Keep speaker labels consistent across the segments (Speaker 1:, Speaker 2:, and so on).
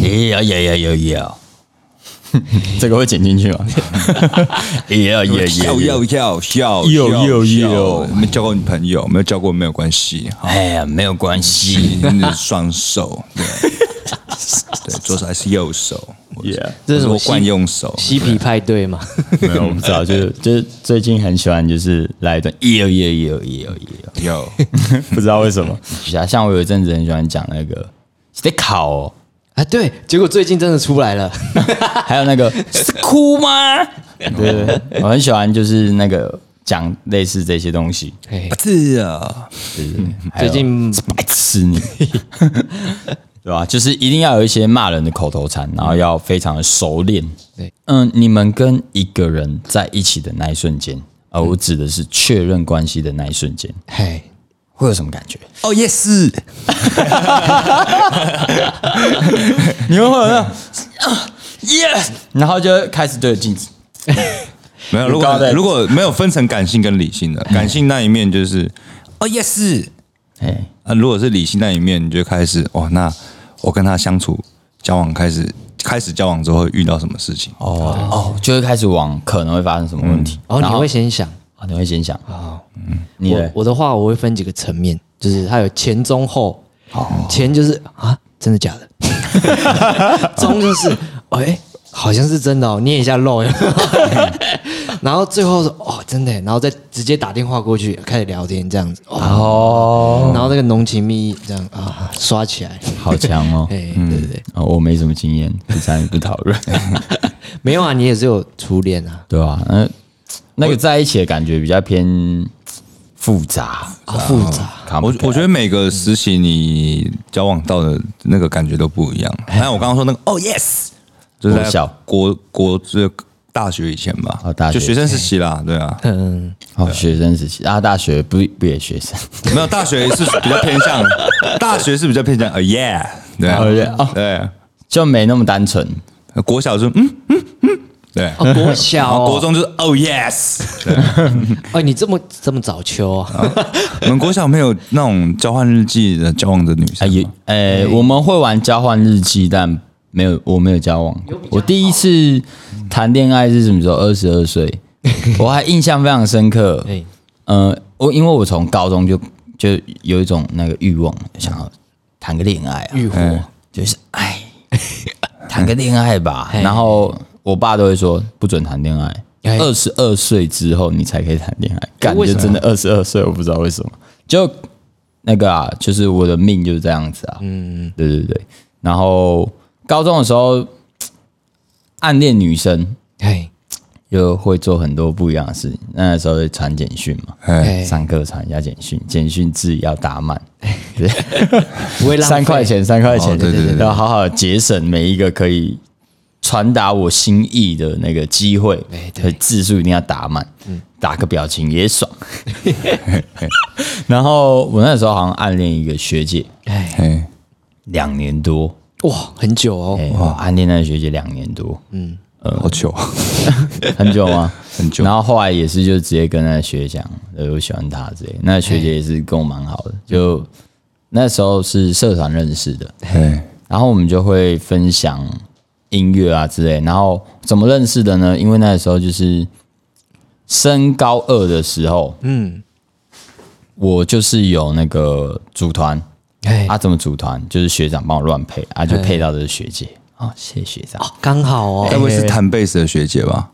Speaker 1: 也要也要也要
Speaker 2: 这个会剪进去吗？
Speaker 1: 也要也
Speaker 3: 笑
Speaker 1: 要
Speaker 3: 要要笑，
Speaker 2: 又
Speaker 3: 笑
Speaker 2: 又
Speaker 3: 笑
Speaker 2: 又
Speaker 3: 没交过女朋友，没有交过没有关系， 好，
Speaker 1: 哎呀，没有关系，
Speaker 3: 你是双手，对，对，左手还是右手？我
Speaker 2: Yeah
Speaker 3: 这
Speaker 4: 这
Speaker 3: 是
Speaker 4: 是什么
Speaker 3: 我惯用手，
Speaker 4: 嬉皮派对嘛，
Speaker 2: 没有，我不知道， 就是就是最近很喜欢，就是来一段
Speaker 1: 也要也要也要也要。
Speaker 3: 有
Speaker 2: 不知道为什么，
Speaker 1: 像像我有一阵子很喜欢讲那个 s 考哦，
Speaker 4: 啊，对，结果最近真的出来了，
Speaker 1: 还有那个是哭吗？对，我很喜欢就是那个讲类似这些东西，
Speaker 4: 嘿
Speaker 3: 是啊，
Speaker 1: 还有
Speaker 4: 最近
Speaker 1: 白痴你， 对吧？就是一定要有一些骂人的口头禅，然后要非常的熟练。
Speaker 4: 对，
Speaker 1: 嗯，你们跟一个人在一起的那一瞬间，呃，我指的是确认关系的那一瞬间，
Speaker 4: 嘿，
Speaker 1: 会有什么感觉？
Speaker 3: 哦，yes，
Speaker 1: 你们会有那种啊 yes，然后就开始对着镜子，
Speaker 3: 没有，如
Speaker 1: 高
Speaker 3: 果
Speaker 1: 的
Speaker 3: 如果没有分成感性跟理性的，感性那一面就是哦，yes，
Speaker 1: 哎，
Speaker 3: 啊，如果是理性那一面，你就开始哇，那我跟他相处交往开始开始交往之后会遇到什么事情？
Speaker 1: 哦哦，就会开始往可能会发生什么问题，
Speaker 4: 然后
Speaker 1: 然
Speaker 4: 你
Speaker 1: 后
Speaker 4: 会先想，
Speaker 1: 哦你会先想，嗯
Speaker 4: 哦，
Speaker 1: 你
Speaker 4: 我
Speaker 1: 嘞
Speaker 4: 我的话我会分几个层面，就是它有前中后，前就是啊，真的假的？ 中就是哎、好像是真的哦，捏一下肉， 然后最后是哦，真的耶，然后再直接打电话过去开始聊天这样子，哦，
Speaker 1: 哦，
Speaker 4: 然后那个浓情蜜意这样啊，刷起来，，
Speaker 1: 好强哦
Speaker 4: 哎，对对对，
Speaker 1: 哦，我没什么经验，不参与不讨 论。
Speaker 4: 没有啊，你也是有初恋啊，
Speaker 1: 对吧、嗯，那个在一起的感觉比较偏复杂，
Speaker 4: 啊，复杂，
Speaker 1: 看不哎嗯
Speaker 3: 我
Speaker 1: 懂
Speaker 3: 我觉得每个时期你交往到的那个感觉都不一样。 但我刚刚说那个哦，yes，就是
Speaker 1: 国
Speaker 3: 在
Speaker 1: 小
Speaker 3: 国国这大学以前吧，
Speaker 1: 哦大学
Speaker 3: 就学生时期啦，对啊，
Speaker 4: 嗯，
Speaker 1: 哦，学生时期啊，大学不不也学生，
Speaker 3: 没有大学是比较偏 向，大学是比较偏向呃 yeah，对啊
Speaker 1: 哦，yeah，哦
Speaker 3: 对，
Speaker 1: 就没那么单纯。
Speaker 3: 国小就嗯嗯嗯，对。
Speaker 4: 哦，国
Speaker 3: 然
Speaker 4: 小、
Speaker 3: 后
Speaker 4: 哦，
Speaker 3: 国，中就是哦 yes，对
Speaker 4: 哎，你这么这么早秋、啊，
Speaker 3: 我们国小没有那种交换日记的交往的女
Speaker 1: 啊，
Speaker 3: 生
Speaker 1: 也
Speaker 3: 吗，
Speaker 4: 哎
Speaker 1: 呃，我们会玩交换日记，但没有，我没有交往。我第一次谈恋爱是什么时候？二十二岁， 我还印象非常深刻。
Speaker 4: 哎，
Speaker 1: 呃，我因为我从高中就就有一种那个欲望，想要谈个恋爱、啊，
Speaker 4: 欲火，
Speaker 1: 就是哎， 谈个恋爱吧。
Speaker 4: 嘿
Speaker 1: 然后我爸都会说不准谈恋爱，
Speaker 4: 哎
Speaker 1: 二十二岁之后你才可以谈恋爱。感
Speaker 4: 为
Speaker 1: 觉
Speaker 4: 什么
Speaker 1: 真的二十二岁，我不知道为什么，就那个啊，就是我的命就是这样子啊。嗯，对对对。然后高中的时候，暗恋女生
Speaker 4: 哎，
Speaker 1: 又会做很多不一样的事情。那时候会传简讯嘛，
Speaker 3: 哎，
Speaker 4: 哎
Speaker 1: 上课传一下简讯，简讯字要打满。
Speaker 4: 不会浪费
Speaker 1: 三块，钱，三块钱，
Speaker 3: 哦对对对对
Speaker 1: 要好好节省每一个可以传达我心意的那个机会，
Speaker 4: 哎对嗯
Speaker 1: 所以字数一定要打满，打个表情也 爽。 然后我那时候好像暗恋一个学姐
Speaker 4: 哎，
Speaker 3: 哎，
Speaker 1: 两年多，
Speaker 4: 哇，很久哦，
Speaker 1: 哎，我暗恋那个学姐两年多，呃
Speaker 3: 好糗，
Speaker 1: 很久吗？
Speaker 3: 很久
Speaker 1: 然后后来也是就直接跟那个学姐讲，呃，我喜欢她之类的。那个学姐也是跟我蛮好的，就那时候是社团认识的，
Speaker 3: 哎，
Speaker 1: 然后我们就会分享音乐啊之类。然后怎么认识的呢？因为那时候就是升高二的时候，嗯，我就是有那个组团，
Speaker 4: 哎
Speaker 1: 啊，，怎么组团？就是学长帮我乱配，啊，就配到的是学姐。哦，谢谢学长。
Speaker 4: 刚好
Speaker 3: 该
Speaker 4: 哦，
Speaker 3: 不会
Speaker 1: 哎
Speaker 3: 是弹贝斯的学姐吧？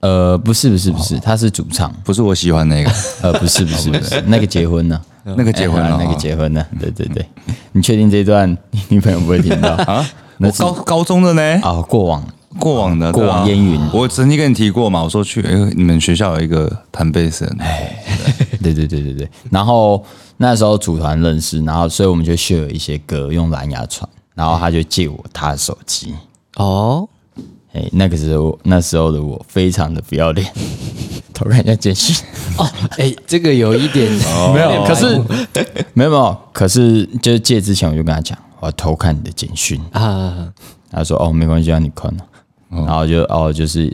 Speaker 1: 呃，不是不是不是，他是主唱。
Speaker 3: 不是我喜欢那个，
Speaker 1: 呃，不是不是不 是，那个结婚了，
Speaker 3: 那个结婚哦了
Speaker 1: 哎那个结婚了。对对对，你确定这一段你女朋友不会听 到啊？
Speaker 3: 我高高中的呢，
Speaker 1: 哦，过往
Speaker 3: 过往的
Speaker 1: 过往
Speaker 3: 对
Speaker 1: 烟
Speaker 3: 啊
Speaker 1: 云
Speaker 3: 我曾经跟你提过嘛，我说去，哎，你们学校有一个弹贝斯的，
Speaker 1: 哎对对对对对。然后那时候组团认识，然后所以我们就 share 一些歌用蓝牙传，然后他就借我他的手机。
Speaker 4: 哦，
Speaker 1: 哎、那个时候那时候的我非常的不要脸，偷看人家简讯，
Speaker 4: 哎，这个有一点
Speaker 3: 哦
Speaker 1: 没有， 可是没有没有，可是就是借之前我就跟他讲，我要偷看你的简讯。
Speaker 3: 哎
Speaker 4: 啊，
Speaker 1: 啊他说哦没关系，让你看、啊。然后就哦就是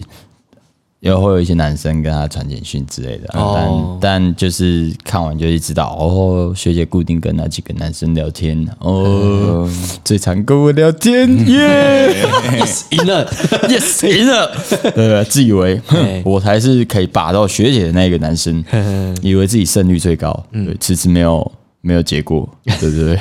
Speaker 1: 也会有一些男生跟他传简讯之类的啊、
Speaker 4: 哦
Speaker 1: 但但就是看完就会知道，哦，学姐固定跟哪几个男生聊天，哦，最常跟我聊天，耶
Speaker 4: 赢了，
Speaker 1: ，yes 赢了，呃，自以为哼
Speaker 4: 哎
Speaker 1: 我才是可以把到学姐的那个男生，以为自己胜率最高，对，迟迟没有没有结果，对不对？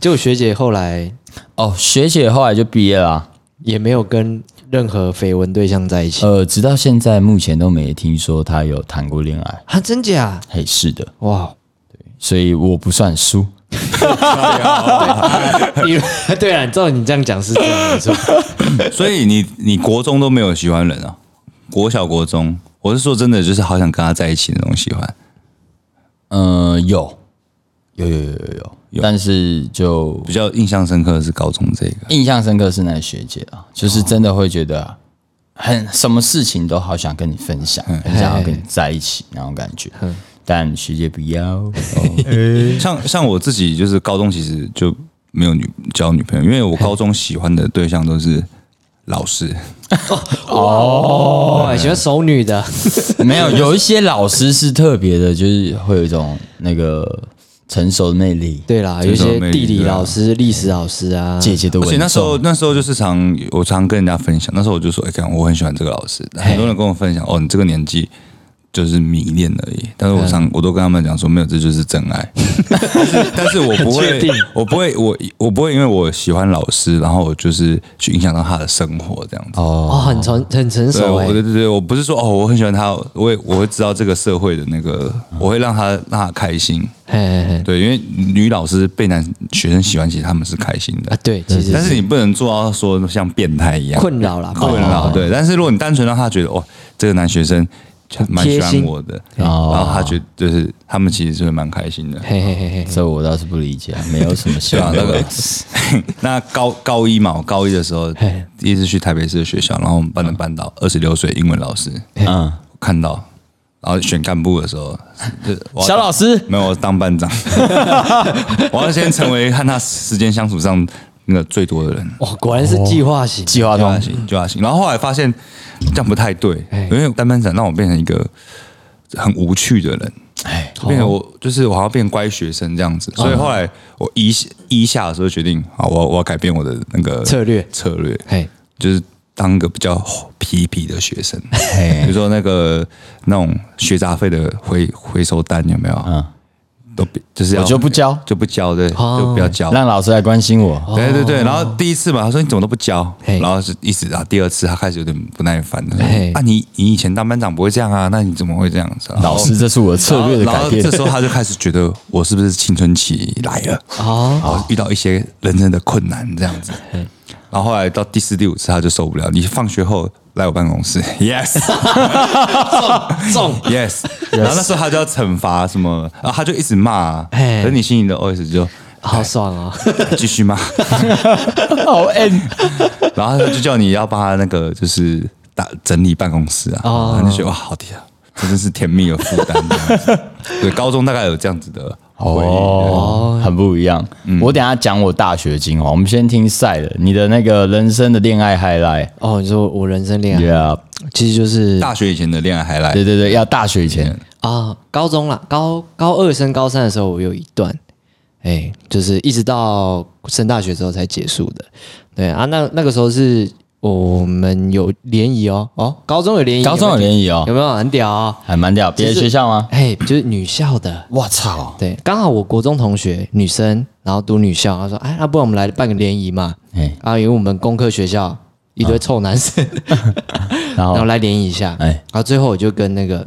Speaker 4: 结果学姐后来
Speaker 1: 哦，学姐后来就毕业了啊、
Speaker 4: 也没有跟任何绯闻对象在一起
Speaker 1: 呃，直到现在目前都没听说她有谈过恋爱，
Speaker 4: 啊？真假？
Speaker 1: 嘿，是的，
Speaker 4: 哇！
Speaker 1: 所以我不算输。
Speaker 4: 你对啊，照你这样讲是这样 没错。
Speaker 3: 所以你你国中都没有喜欢人啊？国小国中，我是说真的，就是好想跟他在一起那种喜欢。
Speaker 1: 呃，有，有有有有有，但是就
Speaker 3: 比较印象深刻的是高中这个，
Speaker 1: 印象深刻是那个学姐啊，就是真的会觉得很什么事情都好想跟你分享，很想要跟你在一起那种感觉。但学姐不要，哦
Speaker 3: 像像我自己就是高中其实就没有女交女朋友，因为我高中喜欢的对象都是老师，
Speaker 4: 哦，喜欢熟女的，
Speaker 1: 没有有一些老师是特别的，就是会有一种那个成熟的魅力，
Speaker 4: 对啦，
Speaker 3: 这
Speaker 4: 有一
Speaker 3: 种
Speaker 4: 些
Speaker 3: 魅力
Speaker 4: 地理
Speaker 3: 对啊
Speaker 4: 老师、历史老师啊，
Speaker 1: 姐姐的
Speaker 3: 而且
Speaker 1: 稳
Speaker 3: 那时
Speaker 1: 重。
Speaker 3: 候那时候就是常我常跟人家分享，那时候我就说，哎、看我很喜欢这个老师，很多人跟我分享，哦，你这个年纪。就是迷恋而已，但是
Speaker 4: 嗯
Speaker 3: 我常我都跟他们讲说，没有，这就是真 爱。但是但是我不
Speaker 4: 确
Speaker 3: 会
Speaker 4: 定，
Speaker 3: 我不会，我我不会，因为我喜欢老师，然后我就是去影响到他的生活这样子。
Speaker 4: 哦，很成很
Speaker 3: 对，
Speaker 4: 成熟
Speaker 3: 我
Speaker 4: 哎
Speaker 3: 对，对对，我不是说哦，我很喜欢他，我也我会知道这个社会的那个，
Speaker 4: 嗯
Speaker 3: 我会让他让他开心。
Speaker 4: 哎嘿嘿嘿
Speaker 3: 对，因为女老师被男学生喜欢，其实他们是开心
Speaker 4: 啊
Speaker 3: 的，，
Speaker 4: 对，其实
Speaker 3: 但是你不能做到说像变态一样
Speaker 4: 困扰啦，
Speaker 3: 困扰。对，但是如果你单纯让他觉得哦，这个男学生蛮喜欢我的，然后他觉得就是他们其实是会蛮开心的。
Speaker 4: 嘿嘿嘿嘿，
Speaker 1: 这我倒是不理解，没有什么希
Speaker 3: 对啊
Speaker 1: 望，
Speaker 3: 那个 那高高一嘛，我高一的时候
Speaker 4: 嘿
Speaker 3: 第一次去台北市的学校，然后我们班的班导二十六岁英文老师，
Speaker 1: 嗯，
Speaker 3: 看到，然后选干部的时候，就我要
Speaker 1: 小老师
Speaker 3: 没有我当班长，我要先成为和他时间相处上那个最多的人，
Speaker 4: 哇，果然是计划型，
Speaker 1: 计划
Speaker 3: 就
Speaker 1: 中
Speaker 3: 他行就他啊行。然后后来发现这样不太对，
Speaker 4: 哎
Speaker 3: 因为当班长让我变成一个很无趣的人，
Speaker 1: 哎，
Speaker 3: 变成我就是我好像变乖学生这样子，所以后来我一下一下的时候决定，好，我要我要改变我的那个
Speaker 4: 策略
Speaker 3: 策略，
Speaker 4: 嘿，
Speaker 3: 就是当个比较皮皮的学生，比如说那个那种学杂费的回回收单有没有？嗯，都比就是要
Speaker 1: 我就不交
Speaker 3: 就不交，对，
Speaker 4: 哦
Speaker 3: 就不要交。
Speaker 1: 让老师来关心我，
Speaker 3: 对对对，然后第一次嘛，他说你怎么都不交，
Speaker 4: 嘿
Speaker 3: 然后是一直啊，第二次他开始有点不耐烦了
Speaker 4: 嘿，
Speaker 3: 啊你你以前当班长不会这样啊，那你怎么会这样子啊？
Speaker 1: 老师，这是我的策略的
Speaker 3: 然后
Speaker 1: 改
Speaker 3: 然后
Speaker 1: 变
Speaker 3: 这。时候他就开始觉得我是不是青春期来了？
Speaker 4: 哦，
Speaker 3: 然后遇到一些人生的困难这样子。然后后来到第四、第五次，他就受不了。你放学后来我办公室 ，yes
Speaker 4: 中
Speaker 3: yes，然后那时候他就要惩罚什么，然后他就一直骂、啊，
Speaker 4: 嘿
Speaker 3: 可是你心里的 OS 就
Speaker 4: 好 爽哦，
Speaker 3: 继续骂，
Speaker 1: 好 N，
Speaker 3: 然后他就叫你要帮他那个就是打整理办公室啊，
Speaker 4: 哦
Speaker 3: 然后你就觉得哇，好甜啊，这真是甜蜜的负担这样子。对， 高中大概有这样子的回忆。
Speaker 1: 哦，很不一样。
Speaker 3: 嗯
Speaker 1: 我等一下讲我大学精华，我们先听赛的，你的那个人生的恋爱 highlight，yeah，
Speaker 4: 哦，你说我人生恋爱，其实就是
Speaker 3: 大学以前的恋爱还来
Speaker 1: 对对对，要大学以
Speaker 3: 嗯
Speaker 1: 前，
Speaker 4: 啊，高中啦，高高二升高三的时候，我有一段，哎、就是一直到升大学之后才结束的。对啊，那那个时候是我们有联谊哦，哦，高中有联谊，
Speaker 1: 高中有
Speaker 4: 谊，
Speaker 1: 联谊哦
Speaker 4: 有，没有很屌、哦？
Speaker 1: 还蛮屌，别的
Speaker 4: 其实
Speaker 1: 学校吗？
Speaker 4: 哎、就是女校的，
Speaker 1: 我操，
Speaker 4: 对，刚好我国中同学女生，然后读女校，她说，哎，那不然我们来办个联谊嘛？
Speaker 1: 哎，
Speaker 4: 啊，因为我们工科学校一堆臭男生，
Speaker 1: 哎然
Speaker 4: 然后
Speaker 1: 后
Speaker 4: 来联谊一下。
Speaker 1: 哎
Speaker 4: 然后最后我就跟那个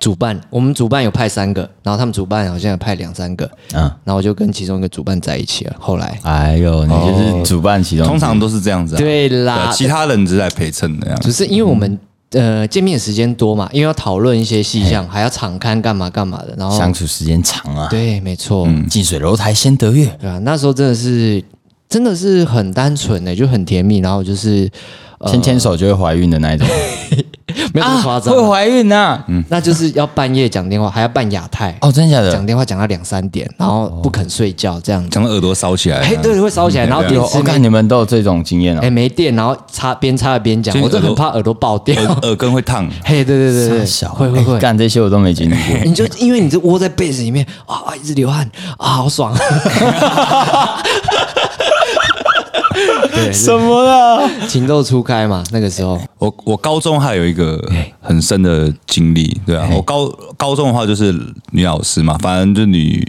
Speaker 4: 主办，我们主办有派三个，然后他们主办好像有派两三个，
Speaker 1: 嗯
Speaker 4: 然后我就跟其中一个主办在一起了。后来，
Speaker 1: 哎呦，你就是主办其中之一，
Speaker 3: 哦通常都是这样子、啊。
Speaker 4: 对啦
Speaker 3: 对其他人只是来陪衬的样子
Speaker 4: 只。是因为我们、呃见面时间多嘛，因为要讨论一些细项，还要场刊干嘛干嘛的，然后
Speaker 1: 相处时间长啊，
Speaker 4: 对，没错，
Speaker 1: 近水楼台先得月，
Speaker 4: 对啊，那时候真的是真的欸是很单纯的、就很甜蜜，然后就是
Speaker 3: 呃
Speaker 1: 牵牵手就会怀孕的那一种，
Speaker 4: 没有这么夸张
Speaker 1: 会
Speaker 4: 啊、
Speaker 1: 怀孕呐、
Speaker 4: 那就是要半夜讲电话，还要扮亚太，
Speaker 1: 哦，真的假
Speaker 4: 讲
Speaker 1: 的？
Speaker 4: 电话讲到两三点，然后不肯睡觉这样子。
Speaker 3: 讲到耳朵烧起来。
Speaker 4: 哦哎，对，会烧起来，然后哦
Speaker 3: 对
Speaker 4: 电
Speaker 1: 有，我、
Speaker 4: 池
Speaker 1: 看
Speaker 4: 没
Speaker 1: 哦你们都有这种经验哦。
Speaker 4: 哎没电，然后插边插边讲，
Speaker 3: 所以
Speaker 4: 我真的
Speaker 3: 耳
Speaker 4: 很
Speaker 3: 朵
Speaker 4: 怕耳朵爆掉。
Speaker 3: 耳耳根会烫。
Speaker 4: 嘿，对对对对对，
Speaker 1: 傻小
Speaker 4: 会会
Speaker 1: 哎
Speaker 4: 会，
Speaker 1: 干这些我都没经历过。
Speaker 4: 你就因为你这窝在被子里面啊，一直流汗啊，好爽。对，
Speaker 1: 什么啦？
Speaker 4: 情窦初开嘛，那个时候
Speaker 3: 我我高中还有一个很深的经历，对啊，我高高中的话就是女老师嘛，反正就女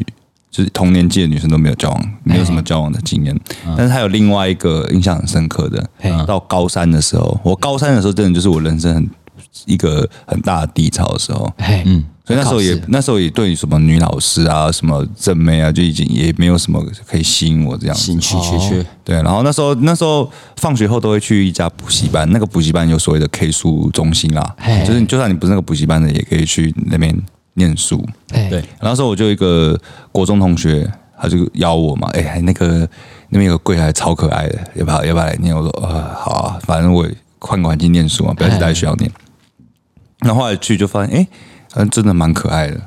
Speaker 3: 就是同年纪的女生都没有交往，没有什么交往的经验。但是还有另外一个印象很深刻的
Speaker 4: 嘿，
Speaker 3: 到高三的时候，我高三的时候真的就是我人生很一个很大的低潮的时候，
Speaker 4: 嘿，嗯，
Speaker 3: 所以那时候也那时候也对什么女老师啊、什么正妹啊，就已经也没有什么可以吸引我这样子。
Speaker 1: 兴
Speaker 3: 哦
Speaker 1: 趣缺缺，
Speaker 3: 对，然后那时候那时候放学后都会去一家补习班，那个补习班有所谓的 K 书中心啦
Speaker 4: 嘿，
Speaker 3: 就是你就算你不是那个补习班的，也可以去那边念书。
Speaker 4: 哎，
Speaker 1: 对
Speaker 3: 然后那时候我就有一个国中同学，他就邀我嘛，哎、那个那边有个柜台超可爱的，要不要要不要来念？我说呃好啊，反正我也换个环境念书嘛，
Speaker 4: 哎
Speaker 3: 不要一直待在学校念。然后后来去就发现，哎、嗯，真的蛮可爱的。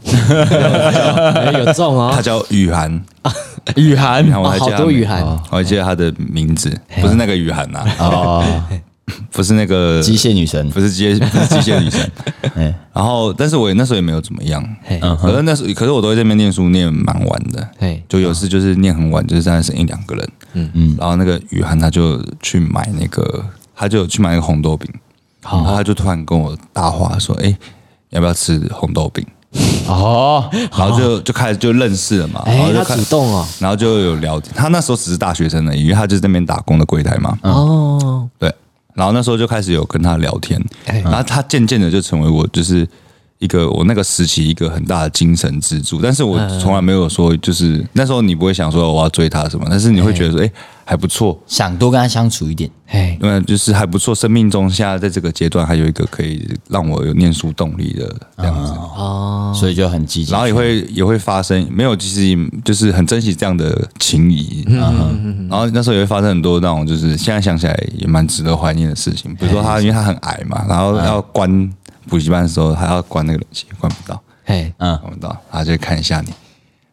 Speaker 4: 哎有中哦
Speaker 3: 他，叫雨 涵，
Speaker 1: 雨涵
Speaker 3: 雨涵，我还
Speaker 4: 哦
Speaker 3: 记
Speaker 4: 好
Speaker 3: 得他
Speaker 4: 多
Speaker 3: 名
Speaker 4: 雨涵哎
Speaker 3: 哦我还记得他的名字，不是那个雨涵呐、
Speaker 1: 哦，
Speaker 3: 不是那个
Speaker 1: 机械女神
Speaker 3: 不是机械，不是机械女 神。
Speaker 4: 哎
Speaker 1: 嗯
Speaker 3: 然后，但是我也那时候也没有怎么样，
Speaker 4: 嘿
Speaker 3: 可是那时候，可是我都会在那边念书，念蛮晚的。
Speaker 4: 嘿
Speaker 3: 就有次就是念很晚，就是大概是一两个人。嗯嗯。然后那个雨涵他就去买那个，他就去买那个红豆饼，然后他就突然跟我搭话说：“哎、要不要吃红豆饼
Speaker 1: 哦，？”
Speaker 3: 然后就就开始就认识了嘛，然后
Speaker 4: 哎，
Speaker 3: 就
Speaker 4: 他
Speaker 3: 开
Speaker 4: 主动哦，
Speaker 3: 然后就有聊天。他那时候只是大学生而已，因为他就是在那边打工的柜台嘛。
Speaker 4: 哦，
Speaker 3: 对，然后那时候就开始有跟他聊天，
Speaker 4: 哎
Speaker 3: 然后他渐渐的就成为我就是一个我那个时期一个很大的精神支柱。但是我从来没有说，就是那时候你不会想说我要追他什么，但是你会觉得说，哎、还不错，
Speaker 1: 想多跟她相处一点。
Speaker 4: 嘿，
Speaker 3: 因为就是还不错。生命中现在在这个阶段，还有一个可以让我有念书动力的这样子。
Speaker 4: 哦，
Speaker 1: 所以就很积极。
Speaker 3: 然后也会也会发生没有，其实就是很珍惜这样的情谊。嗯，然后那时候也会发生很多那种，就是现在想起来也蛮值得怀念的事情。比如说他，因为他很矮嘛，然后要关补习班的时候，还要关那个冷气，关不到，
Speaker 4: 嘿，
Speaker 1: 嗯
Speaker 3: 关不到，他就会看一下你，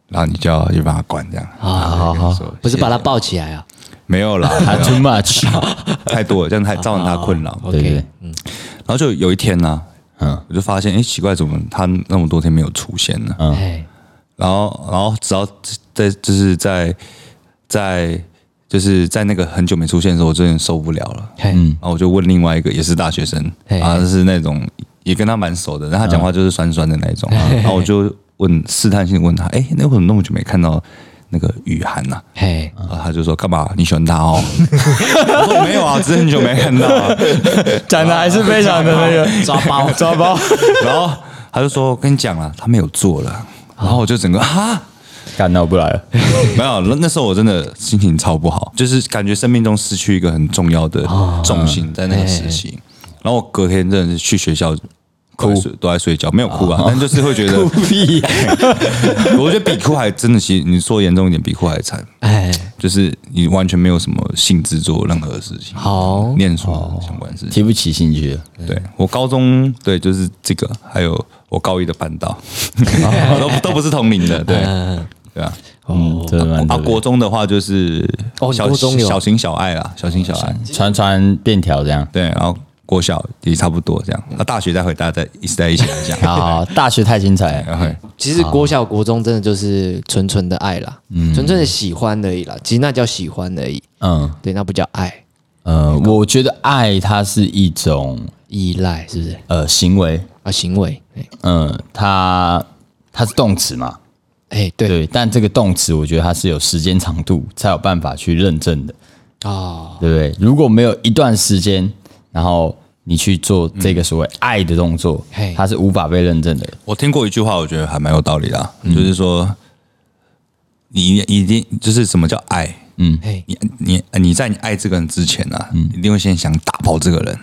Speaker 3: 然后你就要去帮他关这样。啊好好好
Speaker 4: 不是把他抱起来啊，
Speaker 3: 没有啦，
Speaker 1: 还 too much，
Speaker 3: 太多了，这样太造成他困扰。
Speaker 1: 对对
Speaker 4: OK
Speaker 1: 对，
Speaker 3: 然后就有一天呢，
Speaker 1: 嗯
Speaker 3: 我就发现，哎，奇怪，怎么他那么多天没有出现呢？
Speaker 4: 嘿，
Speaker 3: 然后，然后只要在就是在在就是在那个很久没出现的时候，我真的受不了了。
Speaker 4: 嘿，
Speaker 3: 然后我就问另外一个也是大学生，
Speaker 4: 嘿
Speaker 3: 啊，是那种也跟他蛮熟的，但他讲话就是酸酸的那一种。然后我就问试探性问他，哎，那为什么那么久没看到那个雨涵呐、
Speaker 4: 嘿，
Speaker 3: 然后他就说干嘛？你喜欢他哦？ 我说没有啊，只是很久没看到啊。
Speaker 1: 讲的还是非常的那 个抓包抓包，
Speaker 3: 然后他就说跟你讲了，他没有做了。然后我就整个哈。
Speaker 1: 干到不来了。
Speaker 3: 没有，那那时候我真的心情超不好，就是感觉生命中失去一个很重要的
Speaker 4: 哦
Speaker 3: 重心，
Speaker 4: 嗯
Speaker 3: 在那个时期。然后我隔天真的是去学校哭，都在睡觉，没有哭
Speaker 4: 哦
Speaker 3: 啊，但就是会觉 得，
Speaker 1: 屁呀！
Speaker 3: 我觉得比哭还真的，其实你说严重一点，比哭还惨，
Speaker 4: 哎，
Speaker 3: 就是你完全没有什么兴致做任何事
Speaker 4: 哦
Speaker 3: 情，
Speaker 4: 好，
Speaker 3: 念书相关的事 情。
Speaker 1: 提不起兴趣了。
Speaker 4: 哦
Speaker 3: 对我高中对就是这个，还有我高一的班 导，都都不是同龄的，对
Speaker 4: 嗯，
Speaker 3: 对啊。
Speaker 1: 嗯，真的蛮
Speaker 3: 啊，
Speaker 1: 多的
Speaker 3: 国中的话就是
Speaker 4: 哦你
Speaker 3: 小
Speaker 4: 国中有
Speaker 3: 小情小爱啦，小情小爱，
Speaker 1: 传传便条这 样。
Speaker 3: 对，然后国小也差不多这样。那大学再回大家再一直在一起来 讲，
Speaker 1: 好好，啊大学太精彩了。
Speaker 3: 然后嘿
Speaker 4: 其实国小国中真的就是纯纯的爱啦，纯纯的喜欢而已啦，其实那叫喜欢而已，
Speaker 1: 嗯
Speaker 4: 对，那不叫爱，
Speaker 1: 呃，我觉得爱它是一种
Speaker 4: 依赖是不是
Speaker 1: 呃行为，
Speaker 4: 啊？行为，哎
Speaker 1: 嗯，它它是动词嘛，
Speaker 4: 哎，对
Speaker 1: 对，但这个动词我觉得它是有时间长度才有办法去认证的，
Speaker 4: 哦，
Speaker 1: 对不
Speaker 3: 嗯
Speaker 1: 对？如果没有一段时间，然后你去做这个所谓爱的动作
Speaker 3: 嗯
Speaker 4: 嘿，
Speaker 1: 它是无法被认证的。
Speaker 3: 我听过一句话，我觉得还蛮有道理的啊，就是说你一定就是什么叫爱。
Speaker 4: 哎，
Speaker 3: 你你你在你爱这个人之前啊，一定会先想打爆这个 人，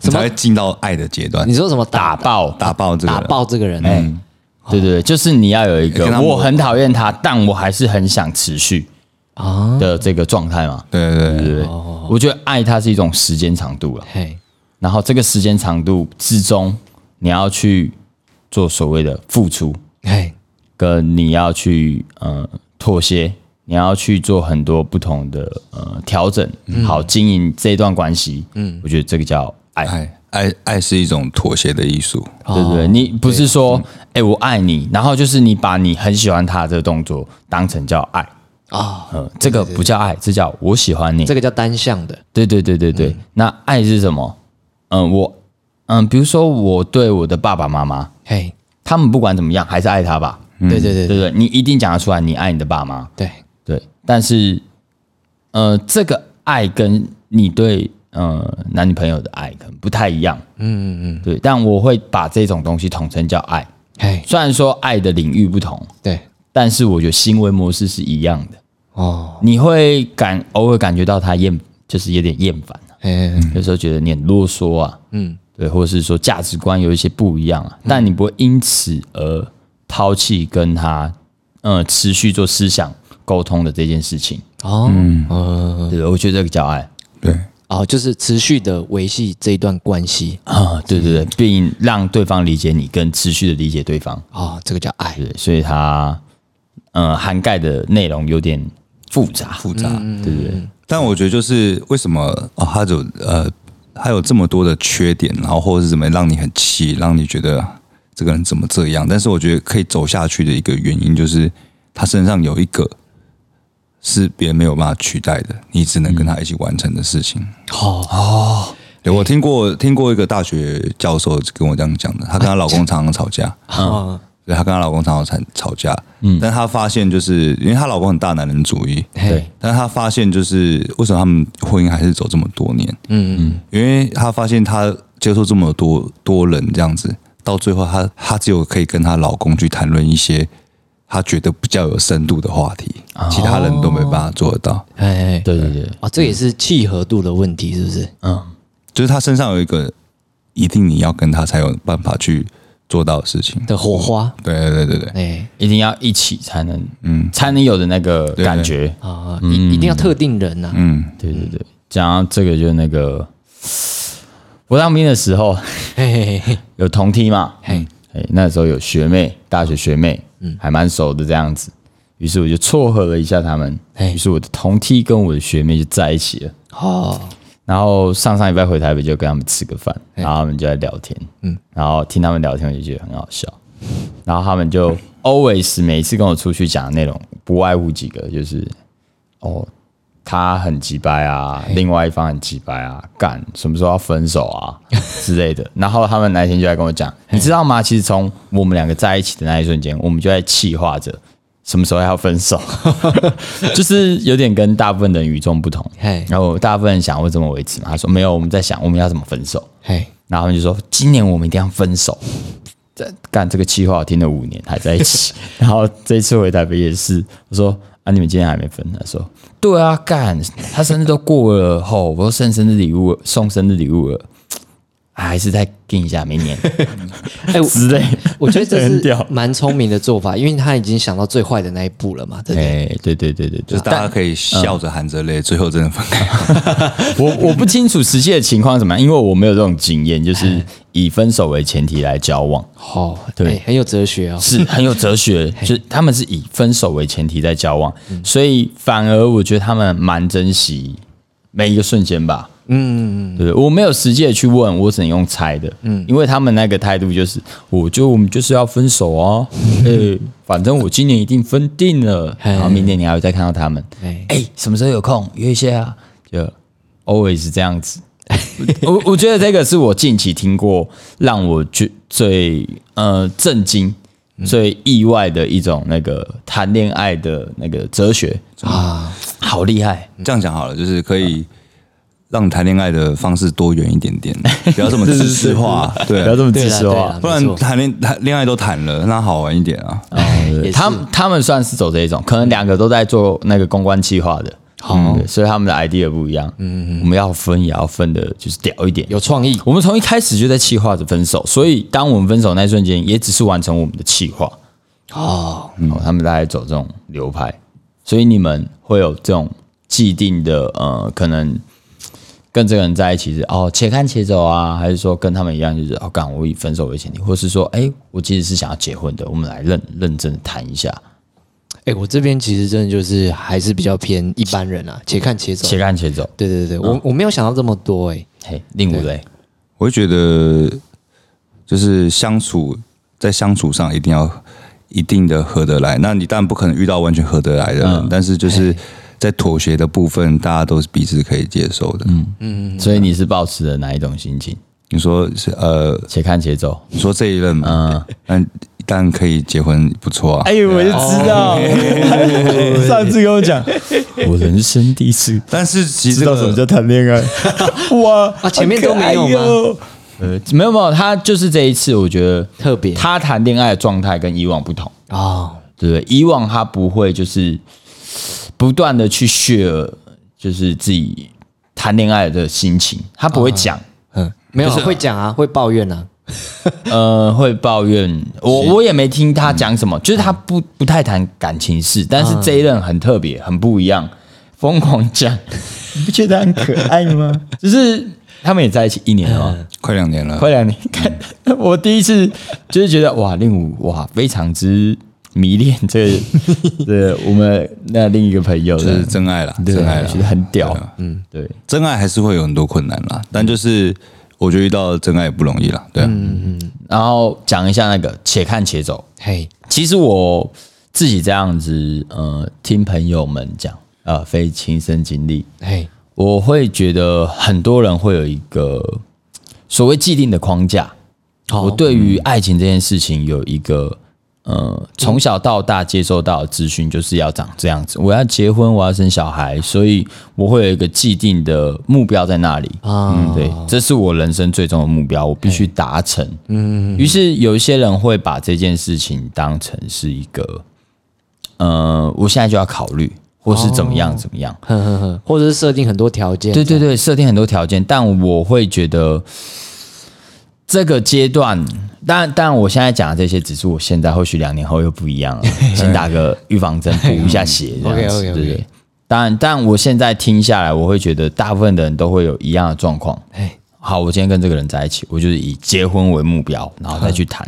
Speaker 3: 你才会进到爱的阶段
Speaker 4: 你。说什么
Speaker 1: 打
Speaker 4: 打
Speaker 1: 爆，
Speaker 3: 打爆这个
Speaker 4: 嗯打
Speaker 3: 人，
Speaker 4: 爆这个人？哎，
Speaker 1: 对对对，就是你要有一个
Speaker 3: 跟他
Speaker 1: 我
Speaker 3: 磨合
Speaker 1: 很讨厌他，但我还是很想持续
Speaker 4: 啊，
Speaker 1: 的这个状态嘛。
Speaker 3: 对对对，
Speaker 1: 对
Speaker 3: 哦
Speaker 1: 不对？我觉得爱它是一种时间长度了，
Speaker 4: 嘿，
Speaker 1: 然后这个时间长度之中，你要去做所谓的付出，
Speaker 4: 哎，
Speaker 1: 跟你要去呃妥协，你要去做很多不同的呃调整，好经营这一段关系。嗯，我觉得这个叫爱，
Speaker 3: 爱爱爱是一种妥协的艺术，
Speaker 1: 对不对？你不是说哎、诶我爱你，然后就是你把你很喜欢他的这个动作当成叫爱，
Speaker 4: 啊，
Speaker 1: 嗯、这个不叫爱，这叫我喜欢你。
Speaker 4: 这个叫单向的，
Speaker 1: 对对对对对。那爱是什么？嗯，我嗯，比如说我对我的爸爸妈妈，
Speaker 4: 嘿，
Speaker 1: 他们不管怎么样还是爱他吧，
Speaker 4: 对对
Speaker 1: 对
Speaker 4: 对
Speaker 1: 不对？你一定讲得出来，你爱你的爸妈。
Speaker 4: 对，
Speaker 1: 对，但是，呃，这个爱跟你对呃男女朋友的爱可能不太一样，
Speaker 4: 嗯嗯嗯，
Speaker 1: 对。但我会把这种东西统称叫爱，
Speaker 4: 嘿，
Speaker 1: 虽然说爱的领域不同，
Speaker 4: 对，
Speaker 1: 但是我觉得行为模式是一样的。
Speaker 4: 哦，
Speaker 1: 你会感偶尔感觉到他厌，就是有点厌烦、啊，
Speaker 4: 哎，
Speaker 1: 有时候觉得你很啰嗦啊，
Speaker 4: 嗯，
Speaker 1: 对，或者是说价值观有一些不一样啊，但你不会因此而抛弃跟他，呃，持续做思想沟通的这件事情。
Speaker 4: 哦，嗯，
Speaker 1: 对，我觉得这个叫爱
Speaker 3: 对，
Speaker 4: 哦，就是持续的维系这一段关系，
Speaker 1: 啊，对对对，并让对方理解你，跟持续的理解对方，
Speaker 4: 哦，这个叫爱，
Speaker 1: 对，所以它呃涵盖的内容有点复杂，
Speaker 3: 复杂，
Speaker 1: 对不对？
Speaker 3: 但我觉得就是为什么哦，他有呃，他有这么多的缺点，然后或者是怎么让你很气，让你觉得这个人怎么这样？但是我觉得可以走下去的一个原因，就是他身上有一个是别人没有办法取代的，你只能跟他一起完成的事情。
Speaker 4: 哦，
Speaker 3: 对我听过听过一个大学教授跟我这样讲的，她跟她老公常常吵架。
Speaker 4: 哦，
Speaker 3: 对，她跟她老公常常吵吵架，嗯，但她发现就是因为她老公很大男人主义，
Speaker 4: 嘿，
Speaker 3: 但是她发现就是为什么他们婚姻还是走这么多年，
Speaker 4: 嗯嗯，
Speaker 3: 因为她发现她接触这么多多人这样子，到最后她她只有可以跟她老公去谈论一些她觉得比较有深度的话题，
Speaker 4: 啊
Speaker 3: 其他人都没办法做得到。
Speaker 4: 哎，
Speaker 1: 对对对，
Speaker 4: 哦，这也是契合度的问题，是不是？
Speaker 1: 嗯，
Speaker 3: 就是她身上有一个一定你要跟她才有办法去做到的事情。
Speaker 4: 的火花，
Speaker 3: 对对对对对，
Speaker 4: 哎，
Speaker 1: 一定要一起才能，
Speaker 3: 嗯
Speaker 1: 嗯，才能有的那个感觉，
Speaker 4: 啊，一一定要特定人啊呐，
Speaker 3: 嗯，
Speaker 1: 对对对。讲到这个，就那个我当兵的时候
Speaker 4: 嘿嘿嘿，
Speaker 1: 有同梯嘛，
Speaker 4: 嘿，
Speaker 1: 哎、那时候有学妹，大学学妹，嗯，还蛮熟的这样子。于是我就撮合了一下他们，
Speaker 4: 嘿
Speaker 1: 于是我的同梯跟我的学妹就在一起了。
Speaker 4: 哦，
Speaker 1: 然后上上礼拜回台北就跟他们吃个饭，然后他们就在聊天，嗯，然后听他们聊天我就觉得很好笑。然后他们就 always 每一次跟我出去讲的内容，不外乎几个，就是哦，他很急掰啊，另外一方很急掰啊，干什么时候要分手啊之类的。然后他们那一天就在跟我讲，你知道吗？其实从我们两个在一起的那一瞬间，我们就在气化着什么时候要分手，就是有点跟大部分人与众不同。
Speaker 4: 嘿
Speaker 1: 然后大部分人想会这么维持嘛，他说没有，我们在想我们要怎么分手。
Speaker 4: 嘿，
Speaker 1: 然后他们就说今年我们一定要分手。这干这个气话我听了五年还在一起， 然后这一次回台北也是，我说啊你们今天还没分？他说对啊，干他生日都过了，吼、我都送生日礼物了送生日礼物了，啊还是再跟一下明年
Speaker 4: 哎，我
Speaker 1: 之类。
Speaker 4: 我觉得 这
Speaker 1: 很
Speaker 4: 是
Speaker 1: 屌
Speaker 4: 蛮聪明的做法，因为他已经想到最坏的那一步了嘛，对不对？
Speaker 1: 哎，对对对对
Speaker 3: 就
Speaker 1: 对
Speaker 3: 是，大家可以笑着含着泪，最后真的分开。
Speaker 1: 我我不清楚实际的情况是怎么样，因为我没有这种经验，
Speaker 4: 哎
Speaker 1: 就是以分手为前提来交往。
Speaker 4: 好，
Speaker 1: 对
Speaker 4: 哎很有哲学哦。
Speaker 1: 是很有哲 学，就是他们是以分手为前提在交往，所以反而我觉得他们蛮珍惜每一个瞬间吧。嗯，对，我没有实际的去问，我只能用猜的。嗯，因为他们那个态度就是，我就我们就是要分手 哦，呃，反正我今年一定分定了，
Speaker 4: 嘿
Speaker 1: 然后明年你还会再看到他们。
Speaker 4: 哎
Speaker 1: 哎、什么时候有空约一下啊？就 always 这样子。 我我觉得这个是我近期听过让我最最呃震惊、最意外的一种那个谈恋爱的那个哲学啊，好厉害！
Speaker 3: 这样讲好了，就是可以让谈恋爱的方式多元一点点，不要这么自私化，对，
Speaker 1: 哦不要这么啊
Speaker 4: 对
Speaker 1: 自
Speaker 4: 啦
Speaker 1: 私
Speaker 4: 对
Speaker 1: 化
Speaker 4: 啦。
Speaker 3: 不
Speaker 4: 没错
Speaker 3: 然谈恋谈恋爱都谈了，那好玩一点啊。
Speaker 4: 也是
Speaker 1: 他们他们算是走这一种，可能两个都在做那个公关计划的，嗯
Speaker 4: 好
Speaker 1: 对所以他们的 idea 不一样。嗯，我们要分也要分的，就是屌一点。
Speaker 4: 有创意
Speaker 1: 我们从一开始就在计划着分手，所以当我们分手那一瞬间，也只是完成我们的计划。
Speaker 4: 哦，
Speaker 1: 哦，他们大概走这种流派，所以你们会有这种既定的呃，可能跟这个人在一起是哦且看且走啊，还是说跟他们一样就是哦干我以分手为前提，或是说哎、我其实是想要结婚的，我们来认认真地谈一下，
Speaker 4: 哎、我这边其实真的就是还是比较偏一般人啊，且看且走。
Speaker 1: 且看且走。
Speaker 4: 对对对，我我没有想到这么多哎、
Speaker 1: 嘿，令武嘞，
Speaker 3: 我会觉得就是相处在相处上一定要一定的合得来。那你当然不可能遇到完全合得来的人，但是就是在妥协的部分，大家都是彼此可以接受的。嗯，
Speaker 1: 所以你是抱持了哪一种心情？
Speaker 3: 你说是呃，
Speaker 1: 且看且走。
Speaker 3: 你说这一任嘛，嗯，但可以结婚不错啊。
Speaker 2: 哎，我就知
Speaker 1: 哦
Speaker 2: 道，上次跟我讲，
Speaker 1: 我人生第一次，
Speaker 3: 但是其实
Speaker 2: 知
Speaker 3: 这
Speaker 2: 道什么
Speaker 3: 个
Speaker 2: 叫谈恋爱，哇
Speaker 4: 啊前面都没有
Speaker 2: 好可
Speaker 4: 吗
Speaker 2: 爱哟
Speaker 1: 呃，没有没有，他就是这一次，我觉得
Speaker 4: 特别
Speaker 1: 他谈恋爱的状态跟以往不同，
Speaker 4: 哦，
Speaker 1: 对不对？以往他不会就是不断的去 share，就是自己谈恋爱的心情，他不会讲，
Speaker 4: 嗯，没有、会讲啊，会抱怨啊，
Speaker 1: 呃，会抱怨。我我也没听
Speaker 2: 嗯
Speaker 1: 他讲什么，就是他不不太谈感情事，但是这一任很特别，很不一样，疯狂讲，
Speaker 2: 你不觉得很可爱 吗？嗯
Speaker 1: 就是他们也在一起一年了嘛。
Speaker 3: 快两年了，
Speaker 1: 快两年，看 我第一次就是觉得哇，令武哇非常之迷恋这个，对我们那另一个朋友
Speaker 3: 这
Speaker 1: 的
Speaker 3: 是，真爱啦，
Speaker 1: 对
Speaker 3: 真爱，啦
Speaker 1: 觉得。很屌
Speaker 3: 对啊，
Speaker 1: 嗯，对，
Speaker 3: 真爱还是会有很多困难啦，但就是我觉得遇到真爱也不容易啦，对啊，
Speaker 1: 然后讲一下那个且看且走，
Speaker 4: 嘿，
Speaker 1: 其实我自己这样子，呃，听朋友们讲，呃，非亲身经历，
Speaker 4: 嘿，
Speaker 1: 我会觉得很多人会有一个所谓既定的框架。我对于爱情这件事情有一个呃，从小到大接受到的资讯就是要长这样子，我要结婚，我要生小孩，所以我会有一个既定的目标在那里。
Speaker 4: 啊、
Speaker 1: 嗯，对，这是我人生最终的目标，我必须达成。嗯，于是有一些人会把这件事情当成是一个，呃，我现在就要考虑，或是怎么样怎么样。
Speaker 4: 呵呵呵， 或者是设定很多条件，
Speaker 1: 对对对，设定很多条件，但我会觉得这个阶段，但但我现在讲的这些，只是我现在或许两年后又不一 样了，先打个预防针补一下血，这样子，对
Speaker 4: 嗯 OK，OK，OK
Speaker 1: 不对？但但我现在听下来，我会觉得大部分的人都会有一样的状况。
Speaker 4: 哎，
Speaker 1: 好，我今天跟这个人在一起，我就是以结婚为目标，然后再去谈，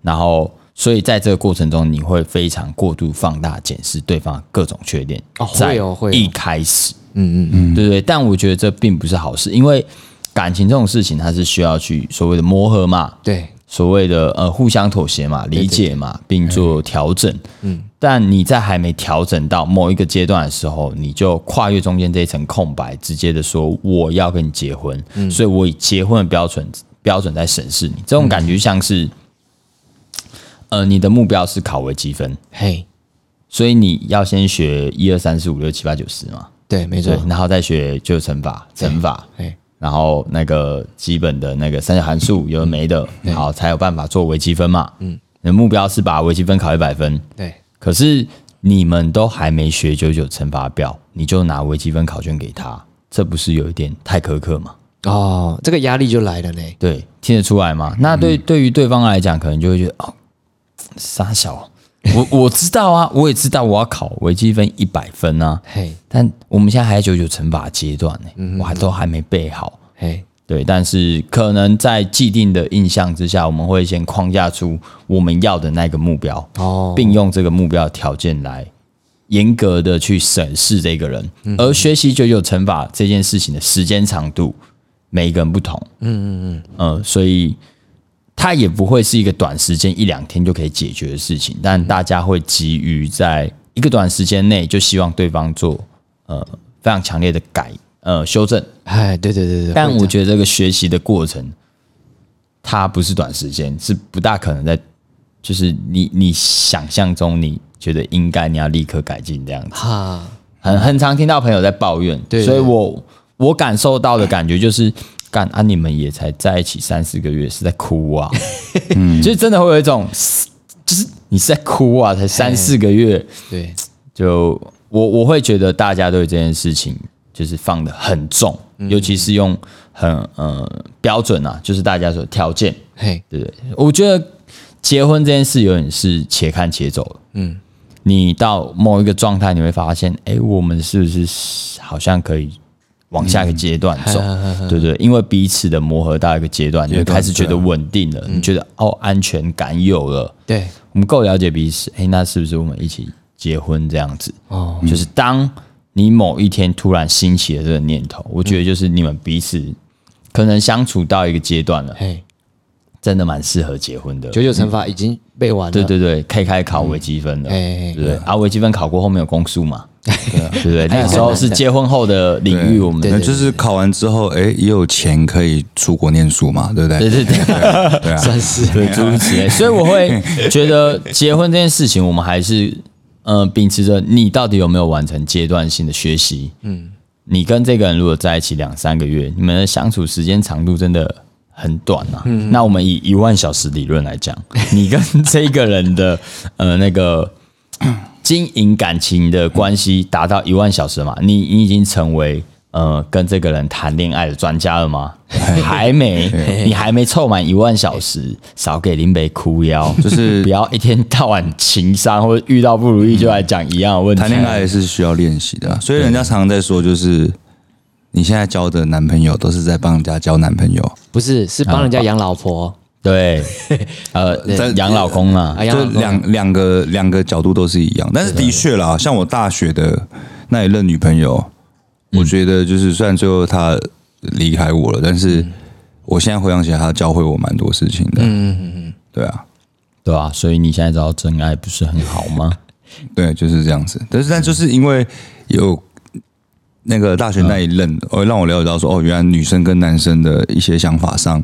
Speaker 1: 然后所以在这个过程中，你会非常过度放大检视对方的各种缺点，
Speaker 4: 哦会
Speaker 1: 在
Speaker 4: 哦会哦
Speaker 1: 一开始，
Speaker 4: 嗯嗯嗯，
Speaker 1: 对对，但我觉得这并不是好事，因为感情这种事情它是需要去所谓的磨合嘛，
Speaker 4: 对，
Speaker 1: 所谓的呃互相妥协嘛、理解嘛，并做调整。嗯，但你在还没调整到某一个阶段的时候，你就跨越中间这一层空白，直接的说我要跟你结婚，所以我以结婚的标准标准在审视你，这种感觉像是，呃，你的目标是考微积分，
Speaker 4: 嘿，
Speaker 1: 所以你要先学一二三四五六七八九十嘛。
Speaker 4: 对，没错
Speaker 1: 对，，然后再学就乘法、乘法，
Speaker 4: 哎，
Speaker 1: 然后那个基本的那个三角函数有的没的，好才有办法做微积分嘛。嗯，你的目标是把微积分考一百分，
Speaker 4: 对，
Speaker 1: 可是你们都还没学九九乘法表，你就拿微积分考卷给他，这不是有一点太苛刻吗？
Speaker 4: 哦，这个压力就来了呢，
Speaker 1: 对，听得出来吗？那对、对于对方来讲，可能就会觉得哦，傻小，啊我 我知道啊，我也知道我要考微积分一百分啊，
Speaker 4: 嘿，
Speaker 1: 但我们现在还在九九乘法阶段呢、我还都还没背好。
Speaker 4: 嘿，
Speaker 1: 对，但是可能在既定的印象之下，我们会先框架出我们要的那个目标，
Speaker 4: 哦，
Speaker 1: 并用这个目标的条件来严格的去审视这个人。而学习九九乘法这件事情的时间长度，每一个人不同。嗯嗯嗯，呃，所以它也不会是一个短时间一两天就可以解决的事情，但大家会急于在一个短时间内就希望对方做呃非常强烈的改呃修正。
Speaker 4: 哎，对对对对，
Speaker 1: 但
Speaker 4: 会
Speaker 1: 我
Speaker 4: 这样
Speaker 1: 觉得这个学习的过程，它不是短时间，是不大可能在，就是你你想象中你觉得应该你要立刻改进这样子，
Speaker 4: 哈，
Speaker 1: 很很常听到朋友在抱怨，
Speaker 4: 对
Speaker 1: 所以我我感受到的感觉就是，干啊你们也才在一起三四个月是在哭 啊，嗯，就是真的会有一种，就是你是在哭啊，才三四个月，
Speaker 4: 对，
Speaker 1: 就我我会觉得大家对这件事情就是放的很重，尤其是用很呃标准啊，就是大家说条件，
Speaker 4: 嘿，
Speaker 1: 对不对？我觉得结婚这件事有点是且看且走的，嗯，你到某一个状态，你会发现，哎，我们是不是好像可以往下一个阶段 走，对对，因为彼此的磨合到一个阶段，啊你就开始觉得稳定了，你觉得哦安全感有了，
Speaker 4: 对，
Speaker 1: 我们够了解彼此，哎，那是不是我们一起结婚这样子？
Speaker 4: 哦
Speaker 1: 哦，就是当你某一天突然兴起了这个念头，我觉得就是你们彼此可能相处到一个阶段了，
Speaker 4: 嘿，
Speaker 1: 真的蛮适合结婚的。
Speaker 4: 九九乘法已经背完了，
Speaker 1: 对对对，可以开始考微积分了，
Speaker 4: 哎哎
Speaker 1: 对
Speaker 4: 啊
Speaker 1: 不对？啊，微积分考过后面有公数 嘛，对不对？那个时候是结婚后的领域，我们
Speaker 3: 那就是考完之后，哎，也有钱可以出国念书嘛，对不对？
Speaker 1: 对对对。
Speaker 3: 对啊，
Speaker 4: 算是
Speaker 1: 对，诸如此类。所以我会觉得结婚这件事情，我们还是呃，秉持着你到底有没有完成阶段性的学习。嗯，你跟这个人如果在一起两三个月，你们的相处时间长度真的。很短啊，
Speaker 3: 嗯
Speaker 1: 那我们以一万小时理论来讲， 你跟这个人的呃那 个经营感情的关系达到一万小时嘛，你你已经成为呃跟这个人谈恋爱的专家了 吗？还没，你还没凑满一万小时，少给林北哭腰，就是不要一天到晚情商或者遇到不如意就来讲一样的问题。
Speaker 3: 谈恋爱也是需要练习的啊、所以人家常常在说，就是你现在交的男朋友都是在帮人家交男朋友，
Speaker 4: 不是是帮人
Speaker 1: 啊
Speaker 4: 家养老婆
Speaker 1: 对，呃，养老公啊
Speaker 4: 啊，，养
Speaker 3: 就
Speaker 4: 老婆
Speaker 3: 两两哎个两个角度都是一样。但是的确啦，像我大学的那一任女朋友，我觉得就是虽然最后她离开我了，但是我现在回想起来，她教会我蛮多事情的。嗯嗯嗯嗯，对啊。
Speaker 1: 对啊，所以你现在知道真爱不是很好吗？
Speaker 3: 对，就是这样子。但是，但就是因为有那个大学那一任，哦，让我了解到说，哦，原来女生跟男生的一些想法上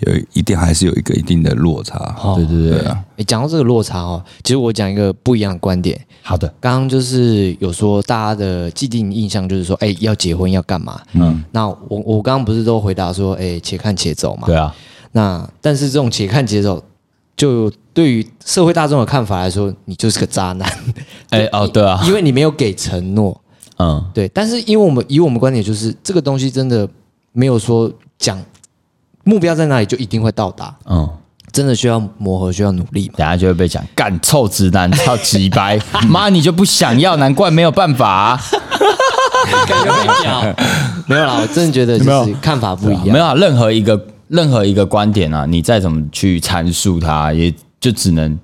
Speaker 3: 有一定还是有一个一定的落差。啊
Speaker 4: 哦
Speaker 1: 对。对对，
Speaker 4: 诶讲到这个落差哦，其实我讲一个不一样的观点。
Speaker 1: 好的，
Speaker 4: 刚刚就是有说大家的既定印象就是说，哎、要结婚要干嘛？嗯，那我我刚刚不是都回答说，哎、且看且走嘛。
Speaker 1: 对啊，
Speaker 4: 那但是这种且看且走，就对于社会大众的看法来说，你就是个渣男，
Speaker 1: 哎哦，对啊，
Speaker 4: 因为你没有给承诺。
Speaker 1: 嗯，
Speaker 4: 对，但是因为我们以我们观点，就是这个东西真的没有说讲目标在哪里就一定会到达，
Speaker 1: 嗯。
Speaker 4: 真的需要磨合，需要努力嘛。
Speaker 1: 等下就会被讲干臭直男，操鸡 掰，妈你就不想要，难怪没有办法、啊，
Speaker 4: 没有啦， 我真的觉得就是看法不一样。
Speaker 1: 没有、啊、任何一个任何一个观点啊，你再怎么去阐述它，也就只能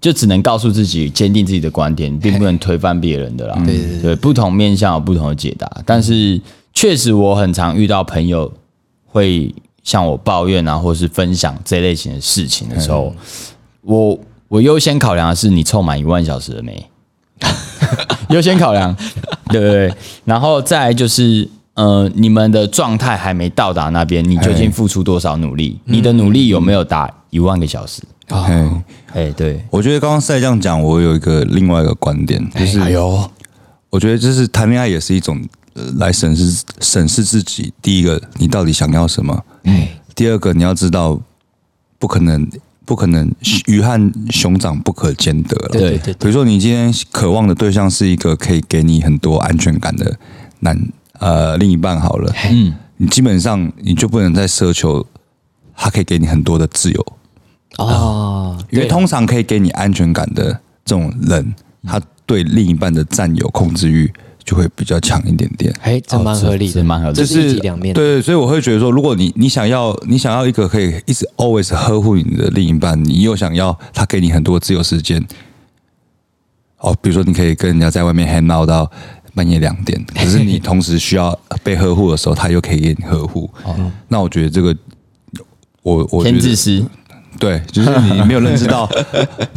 Speaker 1: 就只能告诉自己坚定自己的观点，并不能推翻别人的啦。对对不同面向有不同的解答，但是确实我很常遇到朋友会向我抱怨啊，或是分享这类型的事情的时候，我我优先考量的是你凑满一万小时了没？ 优先考量， 对不对？然后再来就是，呃，你们的状态还没到达那边，你究竟付出多少努力？你的努力有没有达一万个小时？
Speaker 3: 哎，
Speaker 1: 哎，对，
Speaker 3: 我觉得刚刚赛这样讲，我有一个另外一个观点，就是
Speaker 1: 哎呦，
Speaker 3: 我觉得就是谈恋爱也是一种呃来审视审视自己。第一个，你到底想要什么？第二个，你要知道，不可能，不可能，鱼和熊掌不可兼得了。
Speaker 1: 对
Speaker 4: 对
Speaker 3: 比如说你今天渴望的对象是一个可以给你很多安全感的男呃另一半好了，嗯，你基本上你就不能再奢求他可以给你很多的自由，
Speaker 4: 哦，
Speaker 3: 因为通常可以给你安全感的这种人，
Speaker 4: 嗯
Speaker 3: 他对另一半的占有控制欲就会比较强一点点。
Speaker 4: 哎，这蛮合理
Speaker 1: 哦这
Speaker 4: 的，
Speaker 1: 蛮合理的
Speaker 4: 这
Speaker 3: 就是
Speaker 4: 一
Speaker 3: 是
Speaker 4: 体两面。
Speaker 3: 对，对，所以我会觉得说，如果你你想要你想要一个可以一直 always 呵护你的另一半，你又想要他给你很多自由时间，哦，比如说你可以跟人家在外面 hang out 到半夜两 点，可是你同时需要被呵护的时候，他又可以给你呵护，
Speaker 4: 哦
Speaker 3: 那我觉得这个。我我觉
Speaker 1: 天
Speaker 3: 得
Speaker 1: 之师，
Speaker 3: 对，就是你没有认 知到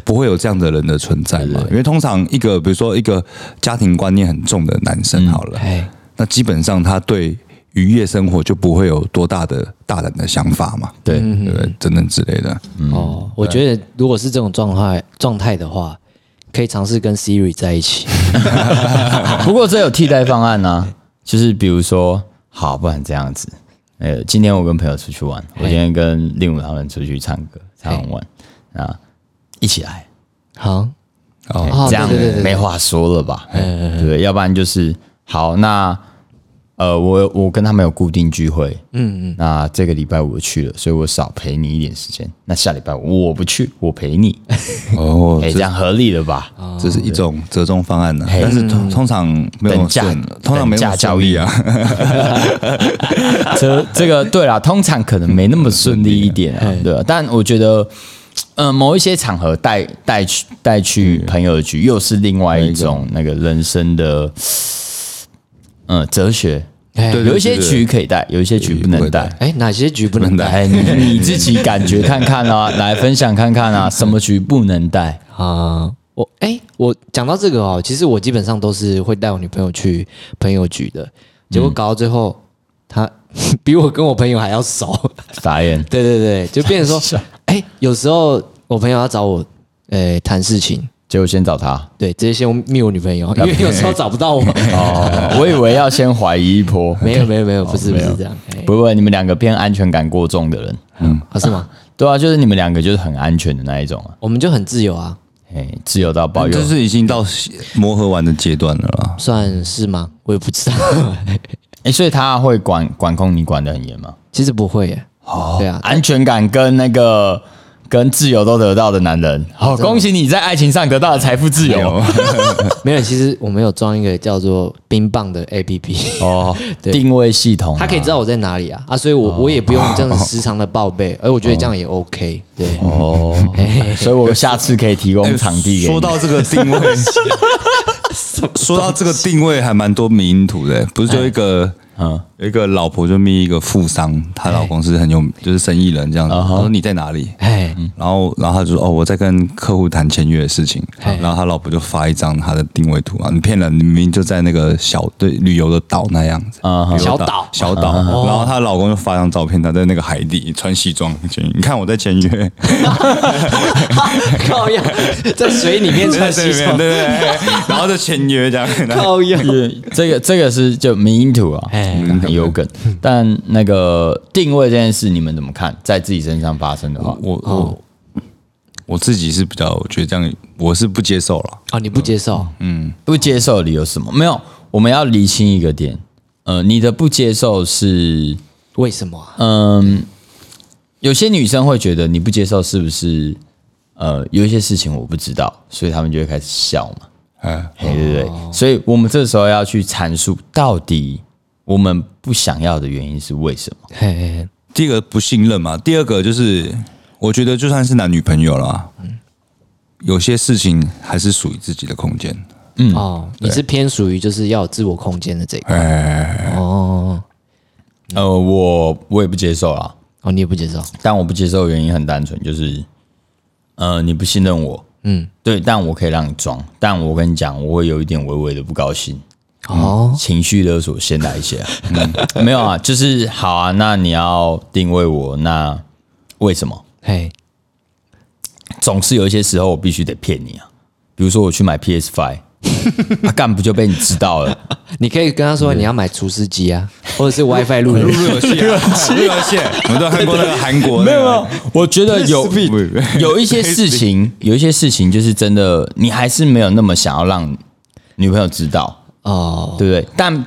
Speaker 3: 不会有这样的人的存在嘛？因为通常一个，比如说一个家庭观念很重的男
Speaker 1: 嗯
Speaker 3: 生，好了，
Speaker 4: 哎，
Speaker 3: 那基本上他对渔业生活就不会有多大的大胆的想法嘛，
Speaker 1: 对，嗯
Speaker 3: 对不对？等等之类的，
Speaker 4: 哦，我觉得如果是这种状态状态的话，可以尝试跟 Siri 在一起。
Speaker 1: 不过这有替代方案啊，就是比如说，好，不然这样子，呃，今天我跟朋友出去玩，我今天跟令武他们出去唱歌，唱完玩啊，一起来，
Speaker 4: 好，
Speaker 1: 哎
Speaker 4: 哦
Speaker 1: 这样哎
Speaker 4: 对对对对
Speaker 1: 没话说了吧？对，要不然就是好，那呃，我我跟他们有固定聚会，嗯嗯，那这个礼拜我去了，所以我少陪你一点时间。那下礼拜我不去，我陪你，
Speaker 3: 哦，
Speaker 1: 哎，这
Speaker 3: 这
Speaker 1: 样合理了吧？
Speaker 3: 这是一种折中方案呢、啊但是通通常没
Speaker 1: 嗯
Speaker 3: 有那么
Speaker 1: 等价
Speaker 3: 顺通常
Speaker 1: 等
Speaker 3: 没有那么
Speaker 1: 价交
Speaker 3: 顺利
Speaker 1: 易
Speaker 3: 啊。
Speaker 1: 这呃这个对啦，通常可能没那么顺利一点啊，对啊。但我觉得，呃，某一些场合带带去带去朋友的局，又是另外一种那个人生的，嗯，哲学。
Speaker 4: 哎
Speaker 3: 对
Speaker 1: 有一些局可以带，有一些局不能带。
Speaker 4: 哎，哪些局不能
Speaker 3: 不能带
Speaker 4: 带
Speaker 1: 哎，你你自己感觉看看啊， 来分享看看啊，什么局不能带？
Speaker 4: 啊？我哎，我讲到这个哦，其实我基本上都是会带我女朋友去朋友局的，结果搞到最后，她 比我跟我朋友还要熟。
Speaker 1: 傻眼。
Speaker 4: 对对对，就变成说，
Speaker 1: 啊
Speaker 4: 哎，有时候我朋友要找我，呃，谈事情，
Speaker 1: 结果先找他。
Speaker 4: 对，直接先密我女朋 友，因为有时候找不到我。
Speaker 1: 哦， 我以为要先怀疑一波。
Speaker 4: 没有没有没有，不是不
Speaker 1: 哎哦没有
Speaker 4: 是这样，哎
Speaker 1: 不会，你们两个偏安全感过重的人。
Speaker 4: 啊是吗？
Speaker 1: 对啊，就是你们两个就是很安全的那一种啊，
Speaker 4: 我们就很自由啊，
Speaker 1: 哎，自由到爆
Speaker 4: 嗯
Speaker 3: 但
Speaker 1: 用。
Speaker 3: 就是已经到磨合完的阶段了啦。
Speaker 4: 算是吗？我也不知道，
Speaker 1: 哎，所以他会管管控你管得很严吗？
Speaker 4: 其实不会耶。哦，对啊，
Speaker 1: 安全感跟那个跟自由都得到的男人，好、恭喜你在爱情上得到了财富自由
Speaker 4: 哦没有，其实我们有装一个叫做冰棒的 APP，
Speaker 1: 哦，
Speaker 4: 对
Speaker 1: 定位系统、
Speaker 4: 它可以知道我在哪里啊啊，所以
Speaker 1: 哦
Speaker 4: 我我也不用这样时常的 报备，而我觉得这样也 OK。对，
Speaker 1: 哦，所以我下次可以提
Speaker 4: 哎
Speaker 1: 供场地给你。
Speaker 3: 说到这个定位， 说到这个定位还蛮多迷因图的、不是就一个嗯，有一个老婆就咪一个富商，她老公是很有就是生意人这样子。她说你在哪里？
Speaker 4: 哎，
Speaker 1: 嗯
Speaker 3: 然后，然后他就说：“哦，我在跟客户谈签约的事情。”
Speaker 4: 嘿
Speaker 3: 然后他老婆就发一张他的定位图啊，你骗人！你明明就在那个小对旅游的岛那样子，
Speaker 1: 啊哈
Speaker 3: 旅游
Speaker 4: 小岛
Speaker 3: 小岛。然后她老公就发张照片，他在那个海底穿西装签约。你看我在签约，
Speaker 4: 靠 呀，在水里面穿西装，
Speaker 3: 对对对，然后就签约这样。
Speaker 4: 靠呀，
Speaker 1: 是这个这个是就迷因图啊，
Speaker 4: 哎
Speaker 1: 很有梗。 但那个定位这件事，你们怎么看？在自己身上发生的话，
Speaker 3: 我我我自己是比较我觉得这样，我是不接受了。
Speaker 4: 哦，你不接受？
Speaker 1: 不接受的理由是什么？没有，我们要厘清一个点。呃，你的不接受是，
Speaker 4: 为什么啊？
Speaker 1: 嗯，有些女生会觉得你不接受是不是？呃，有一些事情我不知道，所以他们就会开始笑嘛。
Speaker 3: 哎，
Speaker 1: 嘿对对对，所以我们这时候要去阐述到底我们不想要的原因是为什么。
Speaker 4: 嘿嘿嘿
Speaker 3: 第一个不信任嘛，第二个就是我觉得就算是男女朋友啦，有些事情还是属于自己的空间。
Speaker 1: 嗯
Speaker 4: 哦，你是偏属于就是要有自我空间的这个
Speaker 3: 哎，
Speaker 4: 哦
Speaker 1: 呃，我我也不接受啦，
Speaker 4: 哦，你也不接受？
Speaker 1: 但我不接受的原因很单纯，就是呃，你不信任我，
Speaker 4: 嗯，
Speaker 1: 对，但我可以让你装，但我跟你讲，我会有一点微微的不高兴，嗯
Speaker 4: 哦，
Speaker 1: 情绪勒索先来一些、嗯， 没有啊，就是好啊，那你要定位我，那为什么？
Speaker 4: 嘿，
Speaker 1: 总是有一些时候我必须得骗你啊，比如说我去买 PS Five，啊干不就被你知道了？
Speaker 4: 你可以跟他说你要买厨师机啊，或者是 WiFi 路由
Speaker 3: 路由器，路由器，我们都看过那个韩国
Speaker 1: 没
Speaker 3: 那
Speaker 1: 有没
Speaker 3: 个
Speaker 1: 有，我觉 得有
Speaker 3: Speed
Speaker 1: 有一些事 情，有一些事情就是真的，你还是没有那么想要让女朋友知道，
Speaker 4: 哦，
Speaker 1: 对不对？但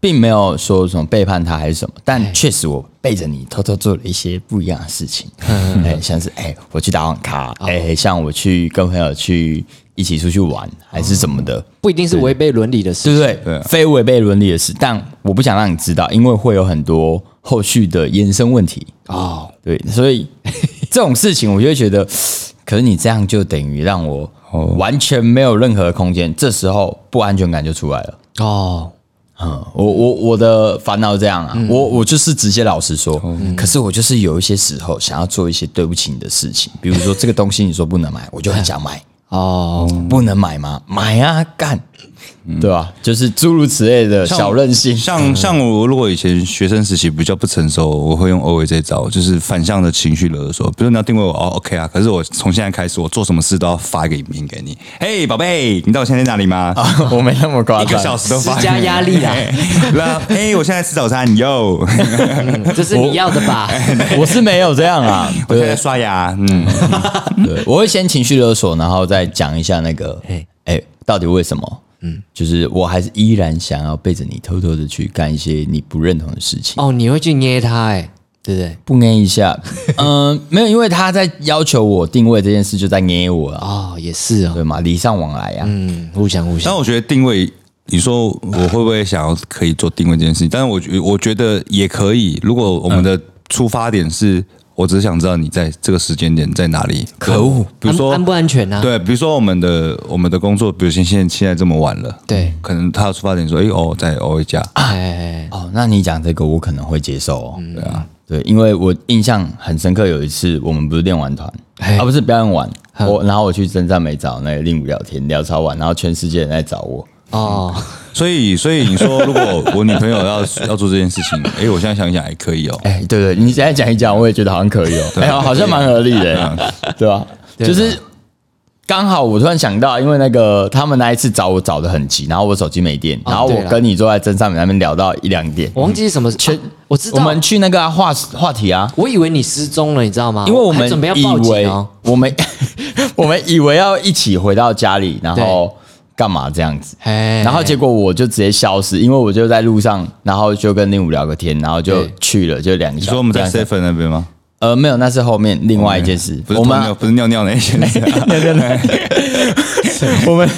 Speaker 1: 并没有说什么背叛她还是什么，但确实我背着你偷偷做了一些不一样的事情，哎，像是哎我去打网咖，哎，像我去跟朋友去一起出去玩，还是什么的，
Speaker 4: 不一定是违背伦理的
Speaker 1: 对
Speaker 4: 事情
Speaker 1: 不对？
Speaker 3: 对啊
Speaker 1: 非违背伦理的事，但我不想让你知道，因为会有很多后续的延伸问题。
Speaker 4: 哦，
Speaker 1: 对，所以 这种事情我就会觉得， 可是你这样就等于让我完全没有任何空间，这时候不安全感就出来了。
Speaker 4: 哦，
Speaker 1: 嗯，我我我的烦恼是这样啊，我我就是直接老实说，嗯可是我就是有一些时候想要做一些对不起你的事情，比如说这个东西你说不能买，我就很想买，
Speaker 4: 哦，
Speaker 1: 不能买吗？买啊，干，嗯对啊吧、就是诸如此类的
Speaker 3: 像
Speaker 1: 小任性，
Speaker 3: 像像我如果以前学生时期比较不成熟，我会用 O A 这招，就是反向的情绪勒索。比如你要定位我，哦，OK 啊，可是我从现在开始，我做什么事都要发一个影片给你。嘿，宝贝，你知道我现在在哪里吗？
Speaker 1: 我没那么夸
Speaker 3: 一个
Speaker 1: 张，
Speaker 3: 小时都发
Speaker 4: 施加压 力啊
Speaker 3: 啊！那嘿，我现在吃早餐 哟，
Speaker 1: 嗯
Speaker 4: 这是你要的 吧？
Speaker 1: 我是没有这样 啊，
Speaker 3: 我现
Speaker 1: 对
Speaker 3: 在，刷牙，嗯，
Speaker 1: 对，我会先情绪勒索，然后再讲一下那个，
Speaker 4: 哎
Speaker 1: 哎、到底为什么？嗯，就是我还是依然想要背着你，偷偷的去干一些你不认同的事情。
Speaker 4: 哦，你会去捏他哎、对不对？
Speaker 1: 啊不捏一下， 嗯、没有，因为他在要求我定位这件事，就在捏我啊，
Speaker 4: 哦，也是哦，
Speaker 1: 对嘛，礼尚往来呀、啊
Speaker 4: 嗯，互相互
Speaker 3: 但
Speaker 4: 相，
Speaker 3: 我觉得定位，你说我会不会想要可以做定位这件事情？但是我觉我觉得也可以。如果我们的出发点是，我只想知道你在这个时间点在哪里。可恶！比如说
Speaker 4: 安安不安全啊？
Speaker 3: 对，比如说我们的我们的工作，比如现现现在这么晚了，
Speaker 4: 对，
Speaker 3: 可能他的出发点说，哎、哦，在偶一家，
Speaker 4: 哎，
Speaker 1: 哦，那你讲这个，我可能会接受哦。
Speaker 4: 嗯
Speaker 1: 对啊，对，因为我印象很深刻，有一次我们不是练完团，
Speaker 4: 嘿
Speaker 1: 啊，不是表演完，我然后我去真善美找那个令武聊天，聊超晚，然后全世界人在找我，
Speaker 4: 哦，
Speaker 3: 所以所以你说，如果我女朋友要要做这件事情，哎、我现在想一想还可以哦。
Speaker 1: 哎，对对，你现在讲一讲，我也觉得好像可以
Speaker 4: 啊
Speaker 1: 哦，哎呀，好像蛮合理的，对吧？就是刚好我突然想到，因为那个他们那一次找我找的很急，然后我手机没电，然后
Speaker 4: 哦对
Speaker 1: 我
Speaker 4: 了
Speaker 1: 跟你坐在真善美那边聊到一两点，
Speaker 4: 我忘记是什么全、啊我知道，
Speaker 1: 我们去那个啊话话题啊，
Speaker 4: 我以为你失踪了，你知道吗？
Speaker 1: 因为我
Speaker 4: 还
Speaker 1: 们
Speaker 4: 准备要
Speaker 1: 以
Speaker 4: 报
Speaker 1: 为
Speaker 4: 警哦。
Speaker 1: 我们 我们以为要一起回到家里，然后干嘛这样子，
Speaker 4: 哎，
Speaker 1: 然后结果我就直接消失，因为我就在路上，然后就跟令武聊个天，然后就
Speaker 4: 对
Speaker 1: 去了，就两个
Speaker 3: 你
Speaker 1: 小时。
Speaker 3: 说我们在
Speaker 1: 两个
Speaker 3: seven 那边吗？
Speaker 1: 呃没有，那是后面另啊外一件事，
Speaker 3: 不是
Speaker 1: 我
Speaker 3: 尿
Speaker 1: 们
Speaker 3: 尿不是尿尿那件 事、啊，
Speaker 1: 我们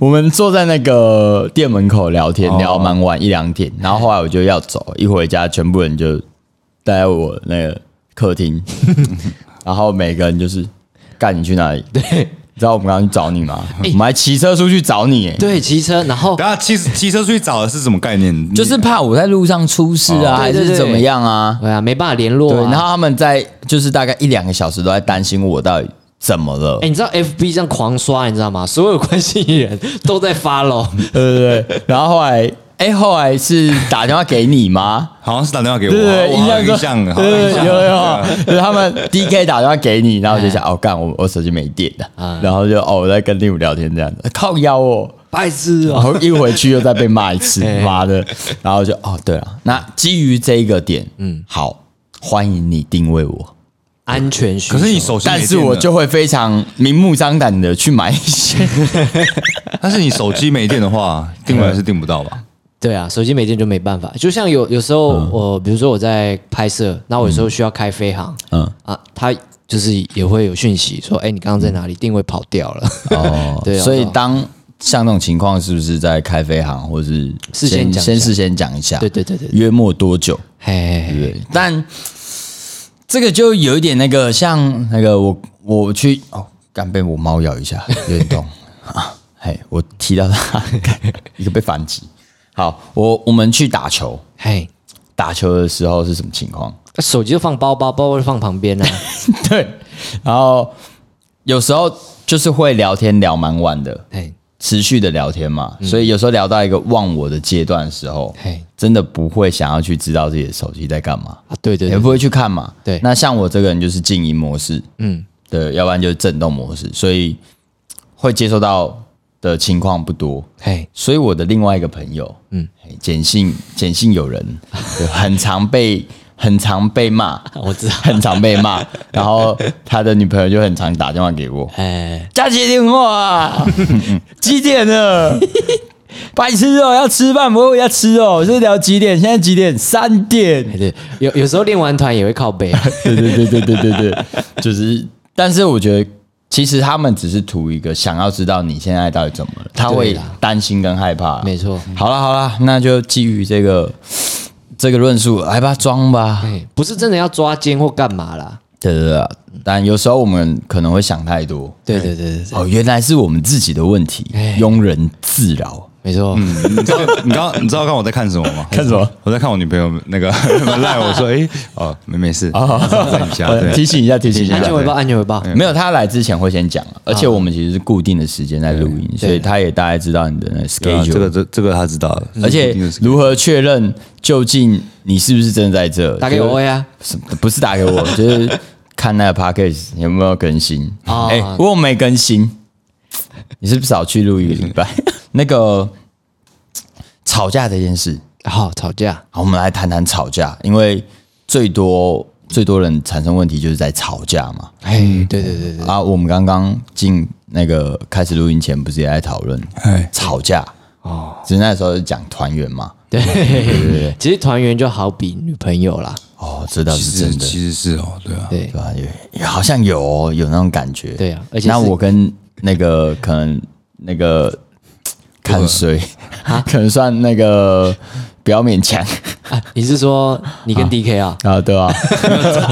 Speaker 1: 我们坐在那个店门口聊天，聊蛮晚一两点，然后后来我就要走，一回家全部人就待在我那个客 厅，然后每个人就是干你去哪里？对，哎你知道我们刚刚去找你吗？我们还骑车出去找你、欸，
Speaker 4: 对骑车，然后
Speaker 3: 然后骑骑车出去找的是什么概念？
Speaker 1: 就是怕我在路上出事啊，
Speaker 4: 哦
Speaker 1: 还
Speaker 4: 对对
Speaker 1: 是
Speaker 4: 对
Speaker 1: 怎么样啊？
Speaker 4: 对啊，没办法联络
Speaker 1: 对，
Speaker 4: 啊。
Speaker 1: 然后他们在就是大概一两个小时都在担心我到底怎么了
Speaker 4: 哎、。你知道 FB 这样狂刷，你知道吗？所有关心的人都 在 follow，
Speaker 1: 对对对，然后后来，哎，后来是打电话给你吗？
Speaker 3: 好像是打电话给我，
Speaker 1: 对 对，
Speaker 3: 我
Speaker 1: 印
Speaker 3: 好像
Speaker 1: 象
Speaker 3: 有
Speaker 1: 中
Speaker 3: 印象好像
Speaker 1: 对
Speaker 3: 有
Speaker 1: 对
Speaker 3: 印象
Speaker 1: 有有有，就是 他们 DK 打电话给你，然后我就 想，哦，干，我我手机没电了，然后就哦，我在跟第五聊天这样子， 靠腰哦，
Speaker 4: 白痴
Speaker 1: 然
Speaker 4: 哦、
Speaker 1: 后一回去又再被骂一 次
Speaker 4: 哎，
Speaker 1: 妈的，然后就哦，对了，那基于这一个点，嗯，好，欢迎你定位我，
Speaker 4: 安全需求。
Speaker 3: 可是你手机没电
Speaker 1: 但
Speaker 3: 了，
Speaker 1: 是我就会非常明目张胆的去买一些，
Speaker 3: 但是你手机没电 的话，定位还是定不到吧？
Speaker 4: 对啊，手机没电就没办法。就像有有时候
Speaker 1: 嗯
Speaker 4: 我，比如说我在拍摄，那我有时候需要开飞航，嗯
Speaker 1: 嗯
Speaker 4: 啊，他就是也会有讯息说，哎、你刚刚在哪里？定位跑掉了。
Speaker 1: 嗯哦
Speaker 4: 对啊
Speaker 1: 所以
Speaker 4: 对啊
Speaker 1: 当。像这种情况，是不是在开飞行，或是
Speaker 4: 事先讲一下
Speaker 1: 先事先讲一下？
Speaker 4: 对对对对嗯对
Speaker 1: 约莫多久？
Speaker 4: 嘿，
Speaker 1: 对，但这个就有一点那个，像那个我我去哦，刚被我猫咬一下，有点痛 啊。嘿，我踢到它，一个被反击。好，我我们去打球，
Speaker 4: 嘿，啊
Speaker 1: 打球的时候是什么情况？
Speaker 4: 手机就放包包，包包就放旁边 啊。
Speaker 1: 对，然后有时候就是会聊天聊蛮晚的，
Speaker 4: 嘿，
Speaker 1: 持续的聊天嘛，
Speaker 4: 嗯
Speaker 1: 所以有时候聊到一个忘我的阶段的时候
Speaker 4: 嘿，
Speaker 1: 真的不会想要去知道自己的手机在干嘛。
Speaker 4: 啊，对对
Speaker 1: 也
Speaker 4: 对，
Speaker 1: 不会去看嘛。
Speaker 4: 对
Speaker 1: 那像我这个人就是静音模式，
Speaker 4: 嗯
Speaker 1: 嗯，对，要不然就是震动模式，所以会接收到的情况不多。
Speaker 4: 嘿，
Speaker 1: 所以我的另外一个朋友，嗯，简信简信友人， 对很常被很常被骂，
Speaker 4: 我知道。
Speaker 1: 很常被骂，然后他的女朋友就很常打电话给我，
Speaker 4: 哎，
Speaker 1: 佳琪电话、 啊，几点了？白痴哦，要吃饭，不会要吃哦，是聊几点？现在几点？三点。
Speaker 4: 对，有有时候练完团也会靠背啊。
Speaker 1: 哎对对对对对对对，就是，但是我觉得其实他们只是图一个想要知道你现在到底怎么了，他
Speaker 4: 对
Speaker 1: 会
Speaker 4: 啦
Speaker 1: 担心跟害怕。
Speaker 4: 没错，
Speaker 1: 好了好了，那就基于这个这个论述，来吧，装吧。
Speaker 4: 哎，不是真的要抓奸或干嘛啦。
Speaker 1: 对对对，但有时候我们可能会想太多。
Speaker 4: 对对对对对，
Speaker 1: 哦，原来是我们自己的问题
Speaker 4: 哎，
Speaker 1: 庸人自扰。
Speaker 4: 没错。
Speaker 3: 你知道你知道你知道刚我在看什么吗？
Speaker 1: 看什么？
Speaker 3: 我在看我女朋友那个 赖我说，哎哦没没
Speaker 1: 啊
Speaker 3: 事，等一下
Speaker 1: 呃提
Speaker 3: 对。
Speaker 1: 醒一下，提醒一
Speaker 4: 安
Speaker 1: 下
Speaker 4: 全。回报，安全回报。
Speaker 1: 没有，他来之前会先讲，而且我们其实是固定的时间在录音，所以他也大概知道你的那个
Speaker 3: 对啊
Speaker 1: schedule。
Speaker 3: 这个这这个他知道了，
Speaker 1: 哎而且如何确认究竟你是不是真的在这？
Speaker 4: 打给
Speaker 1: 就
Speaker 4: 我哎
Speaker 1: 是
Speaker 4: 呀，
Speaker 1: 什么不是打给我，就是看那个 package 有没有更新。
Speaker 4: 哦
Speaker 1: 哎、我有没更新，你是不是少去录一个礼拜？ 那个吵架这件事，
Speaker 4: 好吵架。
Speaker 1: 好，我们来谈谈吵架，因为最多最多人产生问题就是在吵架嘛。
Speaker 4: 哎，对对对对，
Speaker 1: 啊，我们刚刚进那个开始录音前，不是也在讨论
Speaker 3: 哎，
Speaker 1: 吵架哦？只是那时候是讲团圆嘛。
Speaker 4: 对，其实团圆就好比女朋友啦，
Speaker 1: 哦，这倒
Speaker 3: 其
Speaker 1: 是
Speaker 3: 实
Speaker 1: 真的，
Speaker 3: 其实是哦，对啊，
Speaker 4: 对
Speaker 1: 对吧？有有好像有哦、有那种感觉。
Speaker 4: 对啊而且
Speaker 1: 那
Speaker 4: 是
Speaker 1: 我跟那个可能那个看谁， 可能算那个不要勉强
Speaker 4: 啊，你是说你跟 DK 啊？
Speaker 1: 啊，对吧、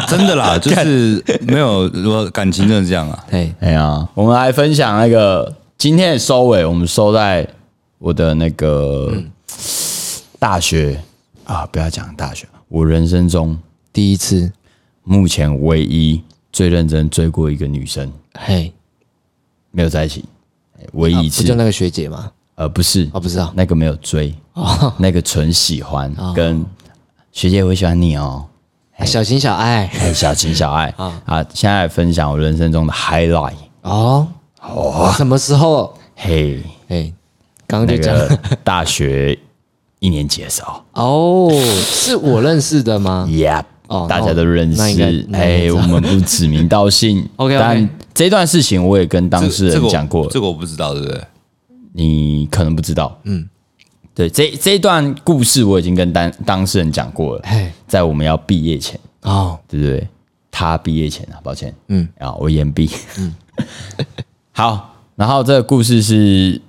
Speaker 3: 真 的啦，就是没有，如果感情真的这样啊，
Speaker 4: 哎，
Speaker 1: 哎呀，我们来分享那个今天的收尾，我们收在我的那个、大学啊，不要讲大学，我人生中
Speaker 4: 第一次，
Speaker 1: 目前唯一最认真追过一个女生，
Speaker 4: 嘿，
Speaker 1: 没有在一起，哎唯一一
Speaker 4: 啊不就
Speaker 1: 次，
Speaker 4: 那个学姐吗？
Speaker 1: 呃，不是，
Speaker 4: 哦，不是啊，哦
Speaker 1: 那个没有追，那个纯喜欢，跟学姐我喜欢你哦，
Speaker 4: 小情小爱
Speaker 1: 哎小情小爱啊，现在来分享我人生中的 highlight，
Speaker 4: 哦，什么时候？
Speaker 1: 嘿，
Speaker 4: 哎，刚刚
Speaker 1: 那
Speaker 4: 就讲
Speaker 1: 个大学一年级的时候。
Speaker 4: 哦，是我认识的 吗？
Speaker 1: Yep，、
Speaker 4: 哦
Speaker 1: 大家都认
Speaker 4: 那我那应
Speaker 1: 识。
Speaker 4: 该
Speaker 1: 哎，我们不指名道姓
Speaker 4: OK，OK
Speaker 1: 但这段事情我也跟当事
Speaker 3: 这个
Speaker 1: 人
Speaker 3: 我
Speaker 1: 讲过了
Speaker 3: 这个我不知道，对不对？
Speaker 1: 你可能不知道。嗯，对，这这一段故事我已经跟当当事人讲过了，
Speaker 4: 嘿，
Speaker 1: 在我们要毕业前，
Speaker 4: 哦，
Speaker 1: 对不对？他毕业前啊，抱歉，
Speaker 4: 嗯
Speaker 1: 嗯，啊，我延毕，嗯， 好，然后这个故事是，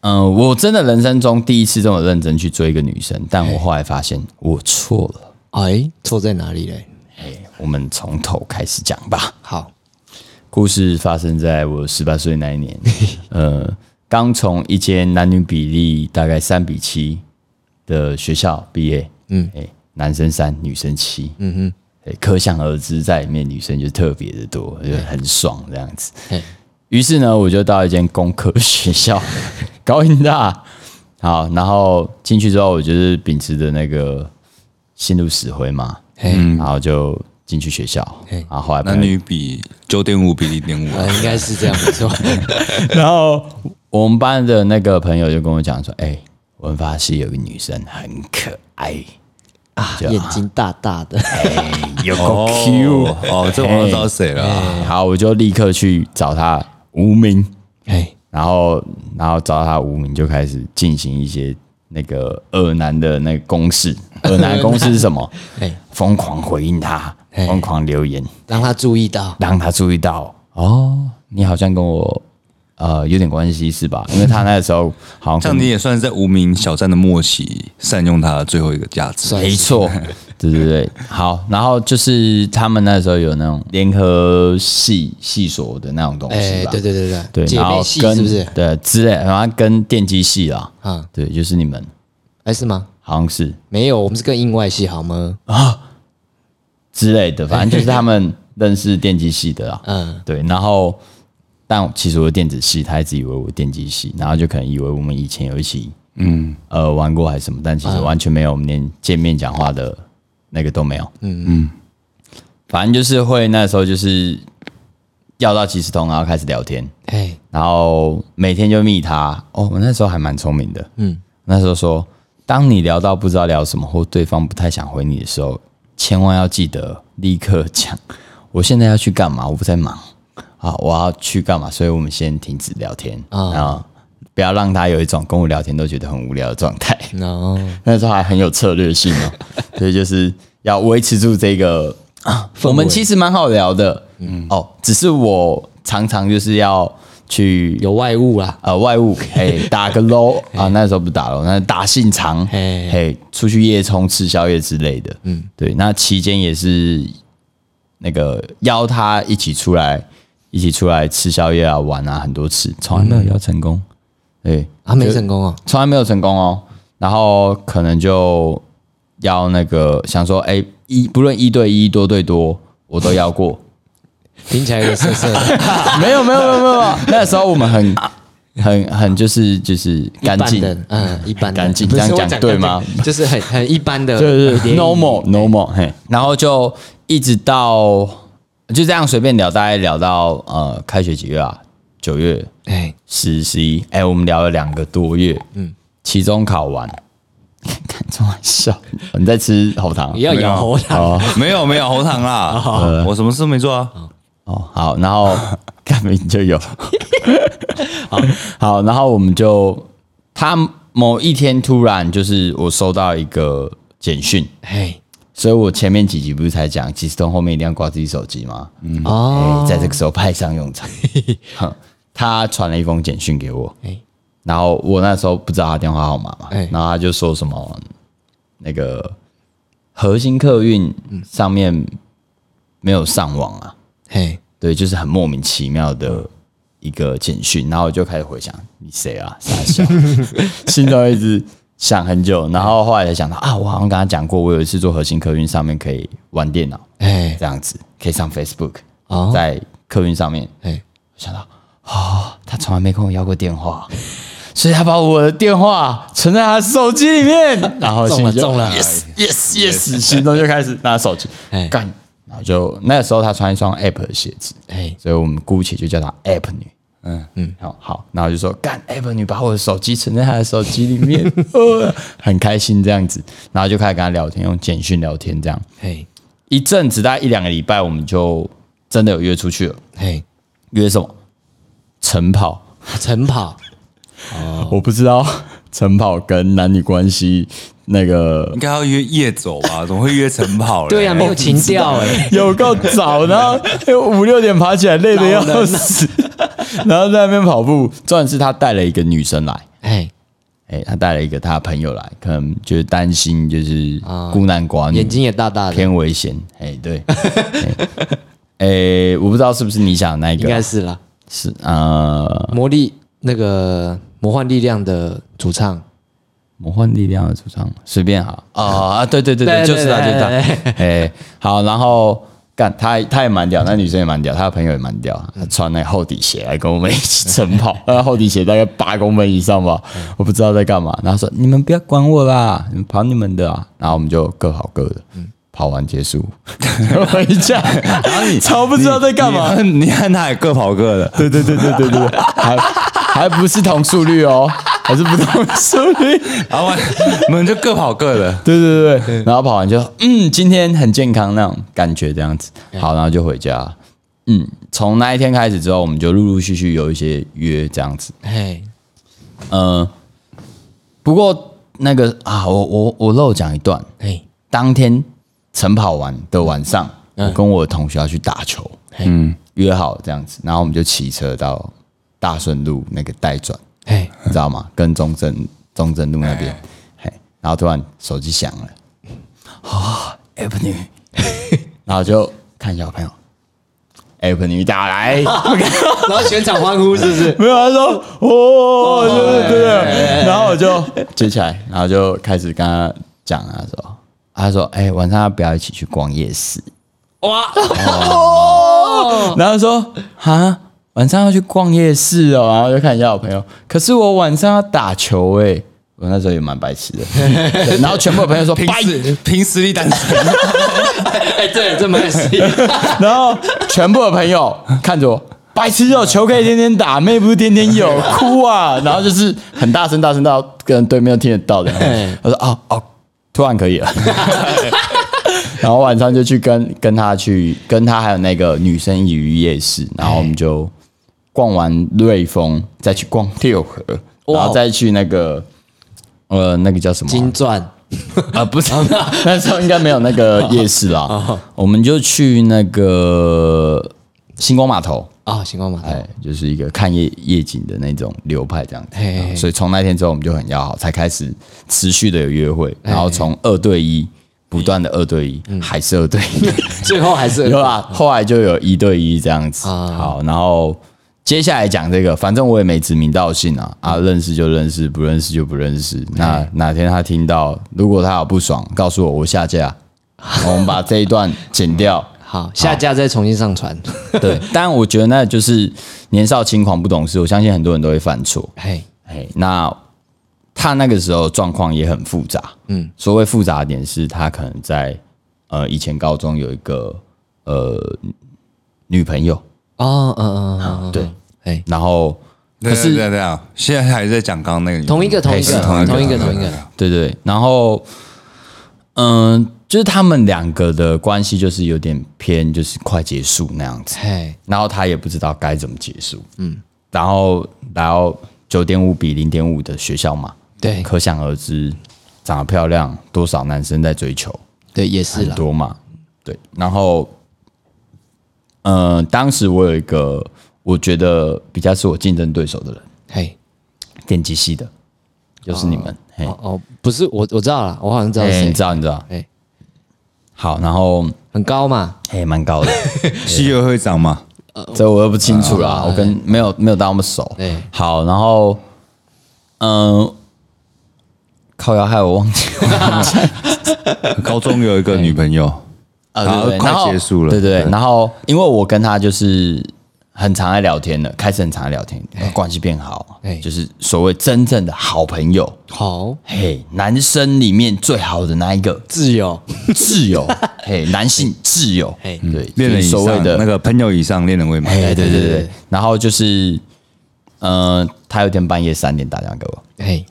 Speaker 1: 嗯、我真的人生中第一次这么认真去追一个女生，但我后来发现我错了。
Speaker 4: 哎，错在哪里嘞？
Speaker 1: 我们从头开始讲吧。
Speaker 4: 好，
Speaker 1: 故事发生在我十八岁那一年，呃，刚从一间男女比例大概三比七的学校毕业，嗯，哎、男生三，女生七，嗯嗯，哎，可想而知，在里面女生就特别的多，就很爽这样子。
Speaker 4: 嘿，
Speaker 1: 于是呢，我就到一间工科学校， 高音大。好，然后进去之后，我就是秉持着那个心如死灰嘛，嗯，然后就进去学校，然后后来
Speaker 3: 男女比九点五比零点五，啊
Speaker 4: 呃，应该是这样 没错。
Speaker 1: 然后我们班的那个朋友就跟我讲说：“哎、文发系有个女生很可爱，
Speaker 4: 啊，眼睛大大的，
Speaker 1: 有
Speaker 3: 哦
Speaker 1: 够哎 Q。哎
Speaker 3: 哦，这我知道谁了啊，
Speaker 1: 好，我就立刻去找她无名，
Speaker 4: 哎，
Speaker 1: 然后然后找到她无名就开始进行一些那个二男的那个公 式。二男公式是什么？
Speaker 4: 哎
Speaker 1: 疯狂回应她，
Speaker 4: 哎
Speaker 1: 疯狂留言，
Speaker 4: 让他注意到，
Speaker 1: 让她注意到哦，你好像跟我。”呃，有点关系是吧？因为她那时候好像
Speaker 3: 这
Speaker 1: 跟
Speaker 3: 样你也算是在无名小站的末期善用它的最后一个价值。
Speaker 1: 没 错，对对对，好，然后就是他们那时候有那种联合系系所的那种东
Speaker 4: 哎
Speaker 1: 西，吧，
Speaker 4: 对对对对，
Speaker 1: 对，
Speaker 4: 姐
Speaker 1: 然后
Speaker 4: 妹戏
Speaker 1: 跟
Speaker 4: 是不是？
Speaker 1: 对之类，然后跟电机系啦，
Speaker 4: 啊，
Speaker 1: 对，就是你们
Speaker 4: 哎是吗？
Speaker 1: 好像是
Speaker 4: 没有，我们是更应外系好吗？
Speaker 1: 啊之类的，反正就是他们认识电机系的啦，
Speaker 4: 嗯，
Speaker 1: 对，然后但其实我电子系，他一直以为我电机系，然后就可能以为我们以前有一起嗯呃玩过还是什么，但其实完全没有，我们连见面讲话的那个都没有。嗯嗯，反正就是会那时候就是要到即时通，然后开始聊天，
Speaker 4: 哎，
Speaker 1: 然后每天就密他。哦，我那时候还蛮聪明的，嗯，那时候说，当你聊到不知道聊什么或对方不太想回你的时候，千万要记得立刻讲，我现在要去干嘛，我不在忙啊，我要去干嘛，所以我们先停止聊天啊、不要让他有一种跟我聊天都觉得很无聊的状态。
Speaker 4: no，
Speaker 1: 那时候还很有策略性 哦，所以就是要维持住这个。啊我们其实蛮好聊的，嗯，哦，只是我常常就是要去
Speaker 4: 有外物啦，
Speaker 1: 呃外务，嘿，打个 low 啊，那时候不打 low，那打信长，
Speaker 4: 嘿
Speaker 1: 嘿出去夜冲、吃宵夜之类的，嗯，对，那期间也是那个邀他一起出来，一起出来吃宵夜啊、玩啊，很多次，从来没有邀成功，对，
Speaker 4: 啊，没成功哦，
Speaker 1: 从来没有成功哦。然后可能就要那个想说，哎、一不论一对一、多对多，我都要过。
Speaker 4: 听起来有点涩涩的，
Speaker 1: 没有没有没有没有，那时候我们很很很就是就是 干
Speaker 4: 一般
Speaker 1: 净，
Speaker 4: 的，嗯，一般的
Speaker 1: 干净
Speaker 4: 不是
Speaker 1: 这样
Speaker 4: 我
Speaker 1: 讲
Speaker 4: 讲
Speaker 1: 对吗
Speaker 4: 干净就是很 很一般的，
Speaker 1: 对对
Speaker 4: 联谊
Speaker 1: normal normal 嘿，然后就一直到就这样随便聊，大概聊到呃开学几月啊？九月
Speaker 4: 哎，
Speaker 1: 十十一，哎，我们聊了两个多月，嗯，期中考完， 看这么笑，你在吃喉糖啊
Speaker 4: 你？要咬喉糖，
Speaker 1: 哦
Speaker 3: 没有没有喉糖啦，我什么事没做啊？
Speaker 1: 哦，好，然 后看明就 有，好好，然后我们就他某一天突然就是我收到一个简讯，
Speaker 4: 嘿，
Speaker 1: 所以我前面几集不是才讲，即时通后面一定要挂自己手机吗？嗯，
Speaker 4: 哦
Speaker 1: 哎在这个时候派上用 场。哼他传了一封简讯给我，
Speaker 4: 哎
Speaker 1: 然后我那时候不知道他电话号码嘛，
Speaker 4: 哎
Speaker 1: 然后他就说什么那个核心客运上面没有上网啊，
Speaker 4: 嘿，
Speaker 1: 对，就是很莫名其妙
Speaker 4: 嗯
Speaker 1: 的一个简讯，然后我就开始回想你谁啊，傻笑， 心中一直想很久，然后后来才想到啊，我好像跟他讲过，我有一次做核心客运上面可以玩电脑，
Speaker 4: 哎
Speaker 1: 这样子可以上 Facebook，、
Speaker 4: 哦
Speaker 1: 在客运上面，
Speaker 4: 哎，
Speaker 1: 想到哦，他从来没跟我要过电 话，所以他把我的电话存在他手机里 面，然后
Speaker 4: 中
Speaker 1: 心
Speaker 4: 了
Speaker 1: 里就
Speaker 4: 中了
Speaker 1: ，yes yes yes，心中就开始拿手机
Speaker 4: 哎
Speaker 1: 干，然后就那个时候他穿一双 app 的鞋子，
Speaker 4: 哎
Speaker 1: 所以我们姑且就叫她 app 女。
Speaker 3: 嗯
Speaker 1: 嗯，好好，然后就说干 app 女把我的手机存在她的手机里面， 呃很开心这样子，然后就开始跟她聊天，用简讯聊天这样。
Speaker 4: 嘿
Speaker 1: 一阵子大概一两个礼拜，我们就真的有约出去了，
Speaker 4: 嘿，
Speaker 1: 约什么？晨跑。
Speaker 4: 晨跑哦
Speaker 1: 我不知道 晨跑跟男女关系那个
Speaker 3: 应该要约夜走吧？怎么会约晨跑嘞？哦
Speaker 4: 对啊，没有情调哎，
Speaker 1: 有够早，然后五六点爬起来累得要死， 然后在那边跑步。重点是他带了一个女生来，
Speaker 4: 哎，
Speaker 1: 哎、他带了一个他的朋友来，可能就是担心就是孤男寡女，
Speaker 4: 啊眼睛也大大的，
Speaker 1: 偏危险。哎、 对，哎、哎我不知道是不是你想的那一个，
Speaker 4: 应该是啦。
Speaker 1: 是呃，
Speaker 4: 魔力那个魔幻力量的主唱，
Speaker 1: 魔幻力量的主唱，随便好啊啊！对对对对，
Speaker 4: 对
Speaker 1: 就是他，就是
Speaker 4: 对对
Speaker 1: 他
Speaker 4: 对。
Speaker 1: 哎，好，然后干，他他也蛮屌，那女生也蛮屌，他的朋友也蛮屌，他穿那个厚底鞋来跟我们一起晨 跑，那厚底鞋大概八公分以上吧，我不知道在干嘛。然后说你们不要管我啦，你们跑你们的啊。然后我们就各跑各的，跑完结 束回家，超不知道在干嘛。
Speaker 3: 你你看他也各跑各的，
Speaker 1: 对对对对对对，还还不是同速率哦，还是不同速率。
Speaker 3: 然后啊我们就各跑各的。
Speaker 1: 对对对对，然后跑完就嗯，今天很健康那种感觉，这样子。好，然后就回家。嗯，从那一天开始之后，我们就陆陆续续有一些约这样子。
Speaker 4: 嘿，
Speaker 1: 嗯，不过那个啊，我我我漏讲一段，
Speaker 4: 嘿，
Speaker 1: 当天晨跑完的晚上，我跟我同学要去打球，嗯，约好这样子，然后我们就骑车到大顺路那个待转，
Speaker 4: 嘿，
Speaker 1: 你知道吗？跟中正中正路那边，嘿，然后突然手机响了，啊、a p p 女， 然后就看小朋友，app 女打来，
Speaker 4: 然后全场欢呼是不 是？
Speaker 1: 没有，他说哦，对对对，然后我就接哎起来，然后就开始跟他讲啊，说，他说，哎，晚上要不要一起去逛夜市？哦
Speaker 4: 哇，
Speaker 1: 然后说啊，晚上要去逛夜市哦，然后就看一下我朋友。可是我晚上要打球哎、我那时候也蛮白痴的。 对然后全部的朋友说
Speaker 3: 凭
Speaker 1: 拜，
Speaker 3: 实凭实力单身，
Speaker 4: 哎，对，这么个事，
Speaker 1: 然后全部的朋友看着我。白痴哦，球可以天天打，妹不是天天 有，哭啊！然后就是很大声，大声到跟对面都听得 到的
Speaker 4: 嘿。
Speaker 1: 我说哦哦，突然可 以了。然后晚上就去跟跟他去，跟他还有那个女生一起去夜市，然后我们就逛完瑞丰，再去逛六合，
Speaker 4: 哇
Speaker 1: 然后再去那个呃那个叫什么啊
Speaker 4: 金钻，
Speaker 1: 啊？不是， 那时候应该没有那 个夜市
Speaker 4: 哦
Speaker 1: 啦，我们就去那个星光码头。
Speaker 4: 啊，星光马
Speaker 1: 哎，就是一个看夜夜景的那种流派这样子。
Speaker 4: 嘿嘿嘿
Speaker 1: 所以从那天之后，我们就很要好，才开始持续的有约会，然后从二对一不断的二对一，
Speaker 4: 嗯
Speaker 1: 还是二对一，
Speaker 4: 最后还是
Speaker 1: 有啦，后来就有一对一这样子。
Speaker 4: 啊
Speaker 1: 好，然后接下来讲这个，反正我也没指名道姓啊，啊，认识就认识，不认识就不认识。那哪天他听到，如果他有不爽，告诉我，我下架，我们把这一段剪掉。
Speaker 4: 好，下架再重新上传。
Speaker 1: 对，但我觉得那就是年少轻狂不懂事，我相信很多人都会犯错。
Speaker 4: 嘿，
Speaker 1: 哎，那他那个时候状况也很复杂。嗯，所谓复杂的点是他可能在呃以前高中有一个呃女朋友，
Speaker 4: 哦，嗯嗯嗯，嗯
Speaker 1: 对，
Speaker 4: 哎，
Speaker 1: 然后
Speaker 3: 可
Speaker 1: 是
Speaker 3: 是 对啊对啊，现在还在讲刚刚那个
Speaker 4: 同一个同一
Speaker 3: 是
Speaker 4: 个
Speaker 3: 同
Speaker 4: 同一个同
Speaker 3: 同
Speaker 4: 一个
Speaker 1: 对对，然后，嗯、就是他们两个的关系就是有点偏，就是快结束那样子。
Speaker 4: 嘿，
Speaker 1: 然后他也不知道该怎么结束，嗯，然后然后九点五比零点五的学校嘛，
Speaker 4: 对
Speaker 1: 可想而知，长得漂亮，多少男生在追求，
Speaker 4: 对，也是
Speaker 1: 很
Speaker 4: 啦，
Speaker 1: 多嘛，对。然后，呃，当时我有一个我觉得比较是我竞争对手的人，
Speaker 4: 嘿，
Speaker 1: 电机系的，又是你们，嘿，
Speaker 4: 哦哦，不是我我知道了，我好像知道
Speaker 1: 嘿
Speaker 4: 是
Speaker 1: 你知
Speaker 4: 谁，
Speaker 1: 道你知道，
Speaker 4: 哎，
Speaker 1: 好，然后
Speaker 4: 很高嘛，
Speaker 1: 嘿，蛮高的，
Speaker 3: 西游会 长嘛，
Speaker 1: 这我又不清楚啦，我跟没有没有到那么熟
Speaker 4: 对。
Speaker 1: 好，然后，嗯，靠腰害我忘记
Speaker 3: 高中有一个女朋友，
Speaker 1: 啊
Speaker 3: 然后
Speaker 1: 对对
Speaker 3: 快
Speaker 1: 然后
Speaker 3: 结束了
Speaker 1: 对对。
Speaker 3: 对
Speaker 1: 对然后因为我跟他就是很常在聊天了，开始很常在聊天，关系变好
Speaker 4: 哎，
Speaker 1: 就是所谓真正的好朋友。
Speaker 4: 好，
Speaker 1: 嘿，男生里面最好的那一个
Speaker 4: 自由，
Speaker 1: 挚友，嘿，男性挚友，
Speaker 4: 嘿
Speaker 1: 对，
Speaker 3: 嗯恋人
Speaker 1: 就是
Speaker 3: 以
Speaker 1: 所谓
Speaker 3: 上
Speaker 1: 的
Speaker 3: 那个朋友以上恋人未满，
Speaker 1: 哎，对对对，然后就是，呃，他有一天半夜三点打电话给我
Speaker 4: 嘿，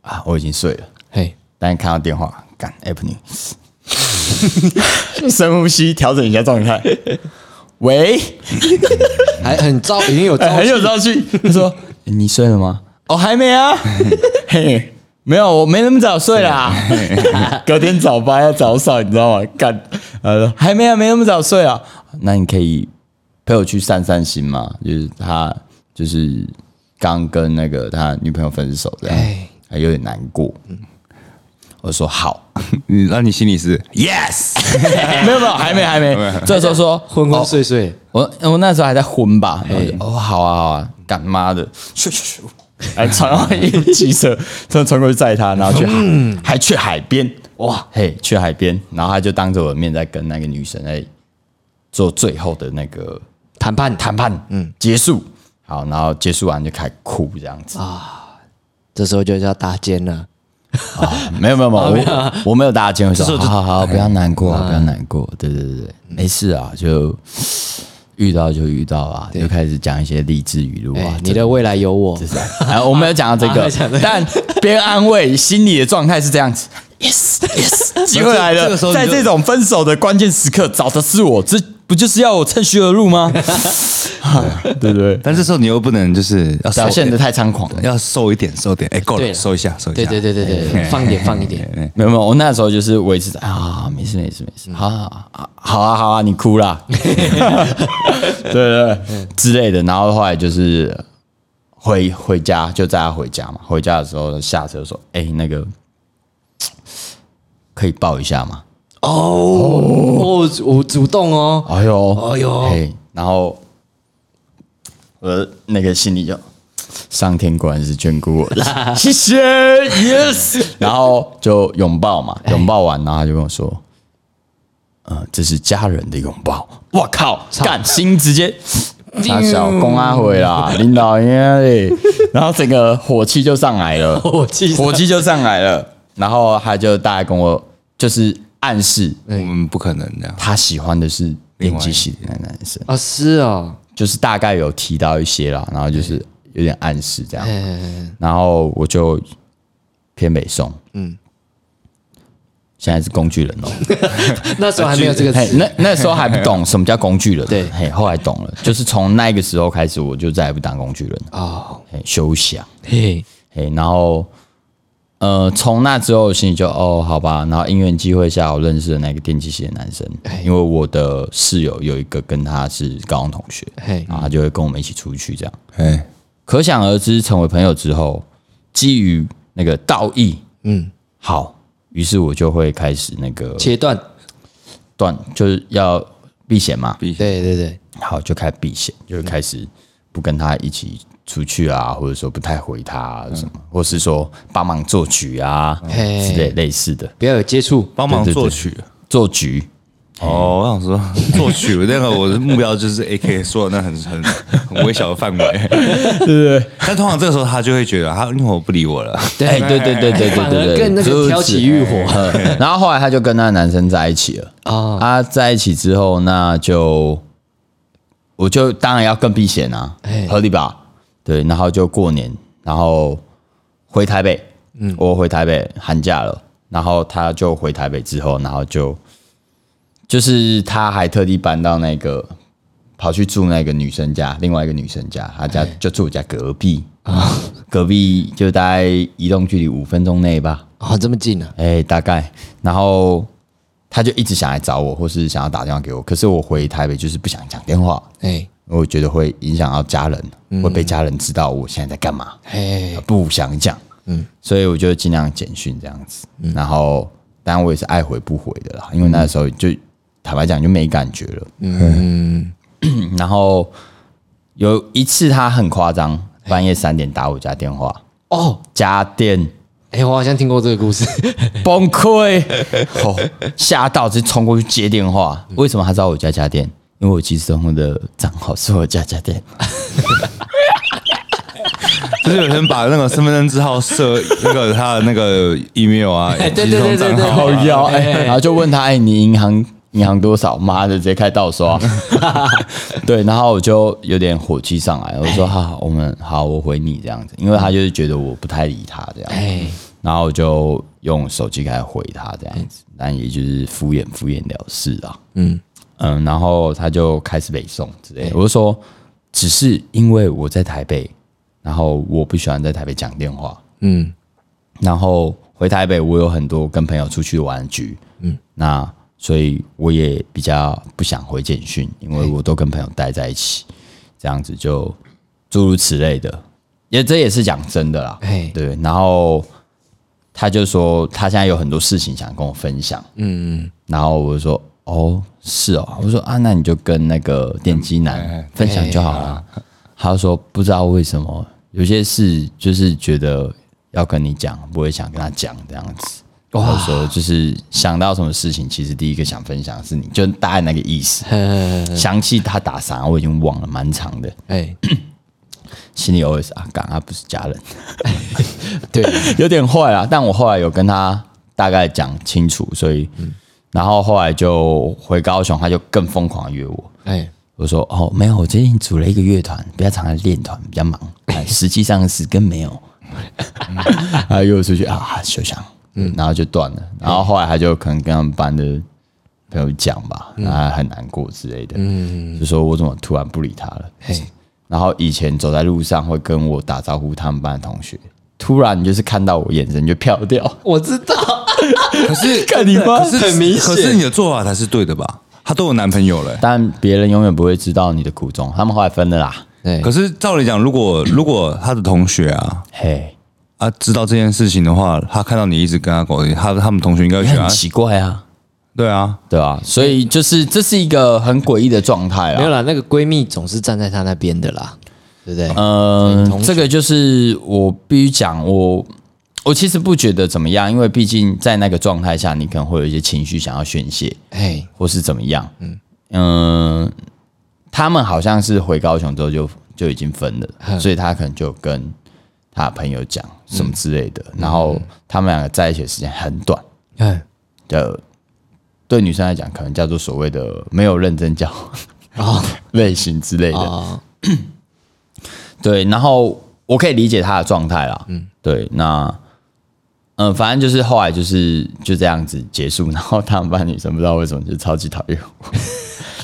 Speaker 1: 啊，我已经睡了，
Speaker 4: 嘿，
Speaker 1: 但是看到电话，干 app 你，深呼吸，调整一下状态。喂，
Speaker 4: 还很招，已经有 招
Speaker 1: 哎很
Speaker 4: 气，
Speaker 1: 有朝气。他说：“你睡了吗？”哦，还没 啊。嘿，没有，我没那么早睡 啦。隔天早八要早上，你知道吗？干，呃，还没啊，没那么早睡啊。 那你可以陪我去散散心嘛？就是他，就是刚跟那个他女朋友分手，这样
Speaker 4: 哎
Speaker 1: 还有点难过。我说好，
Speaker 3: 你嗯那你心里是 yes，
Speaker 1: 没有没有，还没还 没。这时候说
Speaker 4: 昏昏睡睡，
Speaker 1: 我我那时候还在昏吧，然后我就哦，好啊好啊，干妈的，咻咻咻，还传到一部机车，真的穿过去载他，然后去海，还去海边，哇嗯嘿，去海边，然后他就当着我的面在跟那个女生在做最后的那个
Speaker 4: 谈判
Speaker 1: 谈判，嗯，结束，好，然后结束完就开始哭这样子，
Speaker 4: 这时候就叫搭肩了，
Speaker 1: 啊没有没有没有，啊我我没有大家肩会说，好好好，不要难过，不要难过，对对对对，没事啊，就遇到就遇到啊，就开始讲一些励志语录啊
Speaker 4: 哎，，你的未来有我，
Speaker 1: 是 啊，啊我没有讲到这
Speaker 4: 啊
Speaker 1: 个
Speaker 4: 讲这，个
Speaker 1: 但边安慰心理的状态是这样子。Yes, yes，机会来
Speaker 3: 这
Speaker 1: 了
Speaker 3: 个时候，你
Speaker 1: 在
Speaker 3: 就
Speaker 1: 这种分手的关键时刻，找的是我，这不就是要我趁虚而入 吗？ 啊对不对？
Speaker 3: 但这时候你又不能就是要瘦
Speaker 1: 表现的太猖狂了。
Speaker 3: 要瘦一点，瘦一点，哎，够
Speaker 4: 对
Speaker 3: 了，
Speaker 4: 了
Speaker 3: 瘦一下，瘦一下，
Speaker 4: 对对对对对对，放一点放一点，
Speaker 1: 没有没有，我那时候就是维持在啊，没事没事没事，好好好好啊好啊，你哭啦， 对对对之类的。然后后来就是回回家，就载他回家嘛。回家的时候下车说：“哎、那个可以抱一下吗
Speaker 4: 哦，我主动？”哦，
Speaker 1: 哎呦
Speaker 4: 哎呦
Speaker 1: 嘿，然后我的那个心里就。上天果然是眷顾我 的，谢谢，yes。然后就拥抱嘛，
Speaker 4: 哎
Speaker 1: 拥抱完，然后他就跟我说：“呃，这是家人的拥抱。”我靠，干心直 接他小公阿回啦，
Speaker 4: 嗯
Speaker 1: 领导爷嘞，然后整个火气就上来 了，
Speaker 4: 火哦气上
Speaker 1: 火气就上来了。然后他就大概跟我就是暗示
Speaker 3: 我们不可能这样，
Speaker 1: 他喜欢的是电
Speaker 3: 外一
Speaker 1: 机系的那男生，
Speaker 4: 啊是哦，
Speaker 1: 就是大概有提到一些啦，然后就是有点暗示这样。
Speaker 4: 嗯，
Speaker 1: 然后我就偏北宋，嗯，现在是工具人哦，
Speaker 4: 那时候 还没有这个
Speaker 1: 嘿
Speaker 4: 词，
Speaker 1: 那那时候还不 懂什么叫工具人，啊
Speaker 4: 对
Speaker 1: 嘿，后来懂了，就是从那个时候开始，我就再也不当工具人了，
Speaker 4: 哦，
Speaker 1: 嘿，休啊想，
Speaker 4: 嘿，
Speaker 1: 嘿，然后。呃，从那之后，心里就哦，好吧。然后因缘机会下，我认识了那个电机系的男生，因为我的室友有一个跟他是高中同学，
Speaker 4: 嘿
Speaker 1: 然后他就会跟我们一起出去这样。
Speaker 3: 哎，
Speaker 1: 可想而知，成为朋友之后，基于那个道义，
Speaker 4: 嗯，
Speaker 1: 好，于是我就会开始那个
Speaker 4: 切断，
Speaker 1: 断，就是要避嫌嘛，
Speaker 3: 避
Speaker 4: 对对对，
Speaker 1: 好，就开始避嫌，就开始不跟他一起出去啊，或者说不太回他、啊、什么，或是说帮忙做局啊
Speaker 4: 嘿
Speaker 1: 之类类似的
Speaker 4: 不要有接触，
Speaker 3: 帮忙
Speaker 1: 对对
Speaker 3: 作
Speaker 1: 对
Speaker 3: 曲。
Speaker 1: 做局。
Speaker 3: 哦，我想说作曲那个我的目标就是 A K 说的那很很很微小的范围， 对对。但通常这个时候他就会觉得他因为我不理我了，
Speaker 1: 哎，对对对对对
Speaker 4: 反
Speaker 1: 对
Speaker 4: 而
Speaker 1: 对，
Speaker 4: 更那
Speaker 1: 就
Speaker 4: 个
Speaker 1: 是
Speaker 4: 挑起欲火
Speaker 1: 呃然后后来他就跟那个男生在一起了。
Speaker 4: 啊，
Speaker 1: 啊，在一起之后，那就我就当然要更避嫌啊
Speaker 4: 哎，
Speaker 1: 合理吧？对，然后就过年，然后回台北，嗯，我回台北寒假了，然后他就回台北之后，然后就就是他还特地搬到那个跑去住那个女生家，另外一个女生家，她家就住我家隔壁啊，隔壁就大概移动距离五分钟内吧，
Speaker 4: 哦，这么近啊，
Speaker 1: 哎、大概，然后他就一直想来找我，或是想要打电话给我，可是我回台北就是不想讲电话，
Speaker 4: 哎
Speaker 1: 我觉得会影响到家人，会被家人知道我现在在干嘛，
Speaker 4: 哎，
Speaker 1: 不想讲，嗯，所以我就尽量简讯这样子，然后当然我也是爱回不回的啦，因为那时候就坦白讲就没感觉了，
Speaker 4: 嗯，
Speaker 1: 然后有一次他很夸张，半夜三点打我家电话，
Speaker 4: 哦，
Speaker 1: 家电
Speaker 4: 哎，我好像听过这个故事，
Speaker 1: 崩溃， 哦，吓到直接冲过去接电话。为什么他知道我家家电？因为我其实用的账号是我家家电，
Speaker 3: 就是有人把那个身份证字号设那个他的那个 email 啊，
Speaker 4: 哎对
Speaker 3: 集中
Speaker 4: 对对对
Speaker 3: 账
Speaker 4: 对
Speaker 3: 号
Speaker 1: 好
Speaker 3: 啊
Speaker 1: 妖哎、然后就问他，哎、你银行银行多少？妈的，直接开盗 刷。对，然后我就有点火气上来，我说好，我们好，我回你这样子，因为他就是觉得我不太理他这样子。
Speaker 4: 哎，
Speaker 1: 然后我就用手机开始回他这样子，但也就是敷衍敷衍了事啊。嗯嗯，然后他就开始北宋之类的，我就说只是因为我在台北，然后我不喜欢在台北讲电话，
Speaker 4: 嗯，
Speaker 1: 然后回台北我有很多跟朋友出去玩的局，嗯，那所以我也比较不想回简讯，因为我都跟朋友待在一起，这样子就诸如此类的，也这也是讲真的啦，
Speaker 4: 哎
Speaker 1: 对，然后他就说他现在有很多事情想跟我分享，嗯，然后我就说哦是哦，我说啊那你就跟那个电机男分享就好了，他就说不知道为什么有些事就是觉得要跟你讲，不会想跟他讲这样子。或者说，就是想到什么事情，其实第一个想分享的是你，就大概那个意思。详细他打啥我已经忘了，蛮长的。
Speaker 4: 哎，
Speaker 1: 心里 OS 啊，干他不是家人，
Speaker 4: 对，
Speaker 1: 有点坏啊，但我后来有跟他大概讲清楚，所以，然后后来就回高雄，他就更疯狂地约我。
Speaker 4: 哎，
Speaker 1: 我说哦，没有，我最近组了一个乐团，比较常来练团，比较忙。哎，实际上是跟没有。 他约我出去啊，休想，嗯，然后就断了。然后后来他就可能跟他们班的朋友讲吧，然后他很难过之类的，嗯，就说我怎么突然不理他了。
Speaker 4: 嘿，
Speaker 1: 然后以前走在路上会跟我打招呼，他们班的同学突然就是看到我眼神就飘掉，
Speaker 4: 我知道，
Speaker 3: 可是
Speaker 1: 看你妈
Speaker 3: 可是
Speaker 4: 很明显
Speaker 3: 可是你的做法才是对的吧？她都有男朋友了欸、
Speaker 1: 但别人永远不会知道你的苦衷，他们后来分了啦。
Speaker 4: 对
Speaker 3: 可，是照理讲，如果如果她的同学啊
Speaker 1: 嘿，
Speaker 3: 啊知道这件事情的话，她看到你一直跟她搞，她他们同学应该会觉得
Speaker 1: 很
Speaker 3: 啊
Speaker 1: 奇怪啊，
Speaker 3: 对啊，
Speaker 1: 对啊，所以就是这是一个很诡异的状态
Speaker 4: 没有
Speaker 1: 啊。
Speaker 4: 啦，那个闺蜜总是站在她那边的啦，对不对？
Speaker 1: 嗯、
Speaker 4: 同学
Speaker 1: 这个就是我必须讲，我我其实不觉得怎么样，因为毕竟在那个状态下，你可能会有一些情绪想要宣泄，
Speaker 4: 哎，
Speaker 1: 或是怎么样。嗯他们好像是回高雄之后就就已经分
Speaker 4: 嗯
Speaker 1: 了，所以他可能就跟他朋友讲什么之类的，
Speaker 4: 嗯
Speaker 1: 然后他们两个在一起的时间很短，
Speaker 4: 哎，
Speaker 1: 的呃对女生来讲，可能叫做所谓的没有认真教
Speaker 4: 哦
Speaker 1: 类型之类的。
Speaker 4: 哦，
Speaker 1: 对，然后我可以理解他的状态啦。嗯，对，那嗯、呃反正就是后来就是就这样子结束，然后他们班女生不知道为什么就超级讨厌我，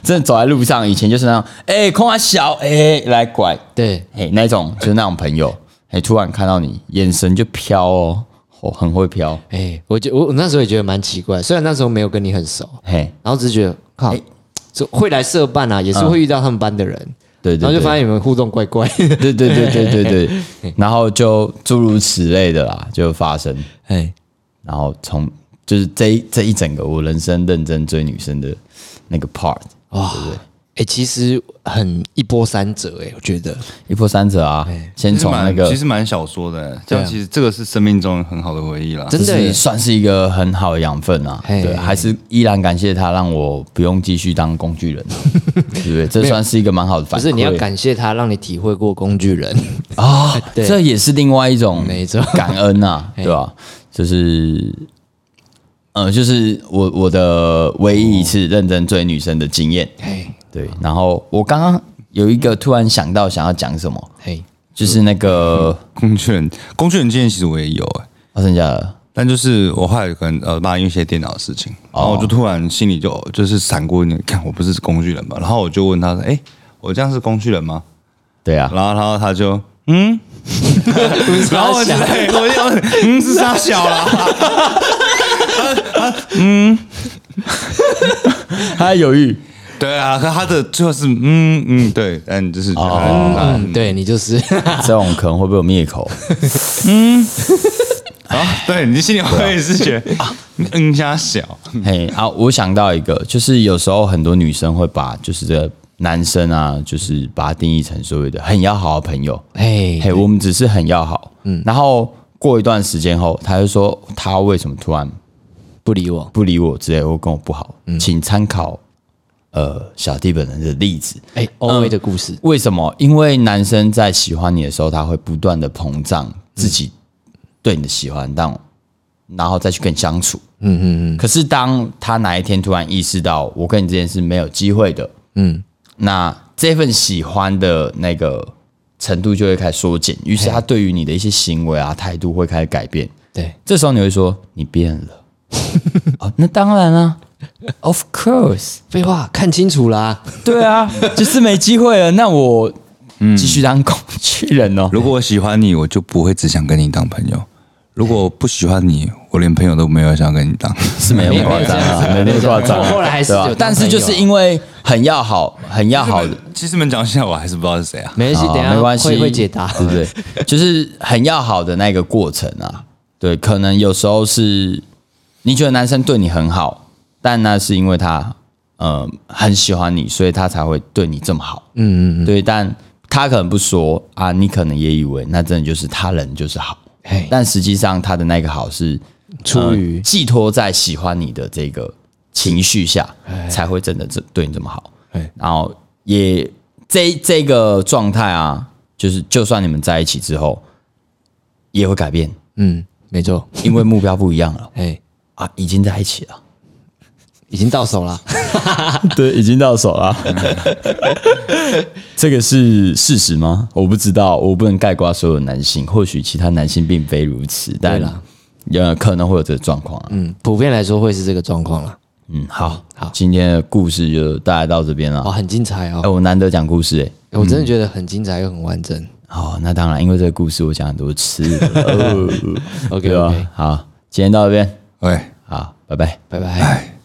Speaker 1: 真的走在路上，以前就是那种哎，空、啊小哎、来拐
Speaker 4: 对，
Speaker 1: 哎、那种就是那种朋友，哎、突然看到你眼神就飘哦，哦很会飘，
Speaker 4: 哎，我觉我我那时候也觉得蛮奇怪，虽然那时候没有跟你很熟，
Speaker 1: 嘿、
Speaker 4: 然后只是觉得靠，这会来社办啊，也是会遇到他们班的人，
Speaker 1: 对对对，
Speaker 4: 然后就发现你们互动怪怪，
Speaker 1: 对对对对对对，然后就诸如此类的啦，就发生，
Speaker 4: 哎，
Speaker 1: 然后从就是这一这一整个我人生认真追女生的那个 part，
Speaker 4: 哇，哎，其实很一波三折，哎，我觉得，
Speaker 1: 一波三折啊，先
Speaker 3: 其实
Speaker 1: 从那
Speaker 3: 蛮
Speaker 1: 个
Speaker 3: 其实蛮小说的欸、这样
Speaker 4: 对啊
Speaker 3: 其实这个是生命中很好的回忆啦。
Speaker 4: 真
Speaker 1: 就
Speaker 4: 的耶
Speaker 1: 是算是一个很好的养分啊，
Speaker 4: 嘿
Speaker 1: 对，还是依然感谢他让我不用继续当工具人啊，对不对？ 这算是一个蛮好的
Speaker 4: 不
Speaker 1: 反馈。
Speaker 4: 是你要感谢他，让你体会过工具人，
Speaker 1: 啊，
Speaker 4: 哎对
Speaker 1: 这也是另外一种
Speaker 4: 没错 哎
Speaker 1: 感恩 啊，对吧？就是，呃，就是我我的唯一一次认真追女生的经验，
Speaker 4: 哎
Speaker 1: 对。然后我刚刚有一个突然想到想要讲什么，
Speaker 4: 哎，
Speaker 1: 就是那个
Speaker 4: 嗯
Speaker 3: 工具人，工具人经验其实我也有、欸，
Speaker 1: 哦，真的假的？
Speaker 3: 但就是我后来可能呃，妈因为一些电脑的事情，然后我就突然心里就就是闪过一点，看我不是工具人吧？然后我就问他说：“哎、我这样是工具人吗
Speaker 1: 对？” 啊，
Speaker 3: 然后然后他就嗯， 然后我就
Speaker 4: 傻
Speaker 3: 在我就嗯是傻小啦，
Speaker 1: 他还犹豫，
Speaker 3: 对啊，可他的最后是嗯嗯对，但就是
Speaker 1: 哦
Speaker 3: 嗯
Speaker 4: 嗯，对你就是，
Speaker 1: 这种可能会被我灭口。
Speaker 3: 啊，对你心里会是觉得啊嗯瞎小，
Speaker 1: 嘿啊，我想到一个，就是有时候很多女生会把就是这个男生啊，就是把他定义成所谓的很要好的朋友，
Speaker 4: 哎，
Speaker 1: 嘿，我们只是很要好，嗯，然后过一段时间后，他就说他为什么突然
Speaker 4: 不理我，
Speaker 1: 不理我之类，或跟我不好，请参考呃小弟本人的例子。
Speaker 4: 哎，O A 的故事，
Speaker 1: 为什么？因为男生在喜欢你的时候，他会不断的膨胀自己对你的喜欢，但然后再去跟你相处。嗯嗯嗯。可是当他哪一天突然意识到我跟你之间是没有机会的，
Speaker 4: 嗯，
Speaker 1: 那这份喜欢的那个程度就会开始缩减，于是他对于你的一些行为啊态度会开始改变。
Speaker 4: 对，
Speaker 1: 这时候你会说你变 了，哦，那当然啦、，Of course。
Speaker 4: 废话，看清楚啦，
Speaker 1: 对啊， 嗯就是没机会了。那我继续当工具人哦。
Speaker 3: 如果我喜欢你，我就不会只想跟你当朋友；如果我不喜欢你，我连朋友都没有想跟你当。
Speaker 1: 是没那么夸张啊，没那么夸张
Speaker 4: 我
Speaker 1: 啊。
Speaker 4: 后来还是
Speaker 1: 对吧
Speaker 4: 有
Speaker 1: 但
Speaker 4: 当朋友
Speaker 1: 是就是因为很要好，很要好的，
Speaker 3: 其实你们讲现在我还是不知道是谁啊。
Speaker 4: 没关系，
Speaker 1: 好
Speaker 4: 等一下
Speaker 1: 没关系，
Speaker 4: 会会解答，
Speaker 1: 对不 对？就是很要好的那个过程啊。对，可能有时候是你觉得男生对你很好，但那是因为他呃很喜欢你，所以他才会对你这么好。嗯嗯嗯，对，但他可能不说啊，你可能也以为那真的就是他人就是好。
Speaker 4: 哎，
Speaker 1: 但实际上他的那个好是
Speaker 4: 出于
Speaker 1: 呃寄托在喜欢你的这个情绪下，才会真的这对你这么好
Speaker 4: 哎。
Speaker 1: 然后也这这个状态啊，就是就算你们在一起之后，也会改变，
Speaker 4: 嗯，没错，
Speaker 1: 因为目标不一样了
Speaker 4: 哎，
Speaker 1: 啊，已经在一起了，
Speaker 4: 已经到手了，
Speaker 1: 对，已经到手了。 这个是事实吗？我不知道，我不能概括所有男性，或许其他男性并非如此，但
Speaker 4: 啦
Speaker 1: 呃可能会有这个状况啊。
Speaker 4: 嗯，普遍来说会是这个状况了，
Speaker 1: 嗯，好，
Speaker 4: 好
Speaker 1: 今天的故事就大概到这边了。
Speaker 4: 哦，很精彩
Speaker 1: 哎、
Speaker 4: 哦，嗯
Speaker 1: 我难得讲故事哎、
Speaker 4: 我真的觉得很精彩又很完整
Speaker 1: 好，那当然，因为这个故事我讲很多次了。哦
Speaker 4: ，OK
Speaker 1: 对吧
Speaker 4: OK，
Speaker 1: 好，今天到这边，
Speaker 3: 喂。哎
Speaker 1: 好，拜拜。
Speaker 4: 拜拜。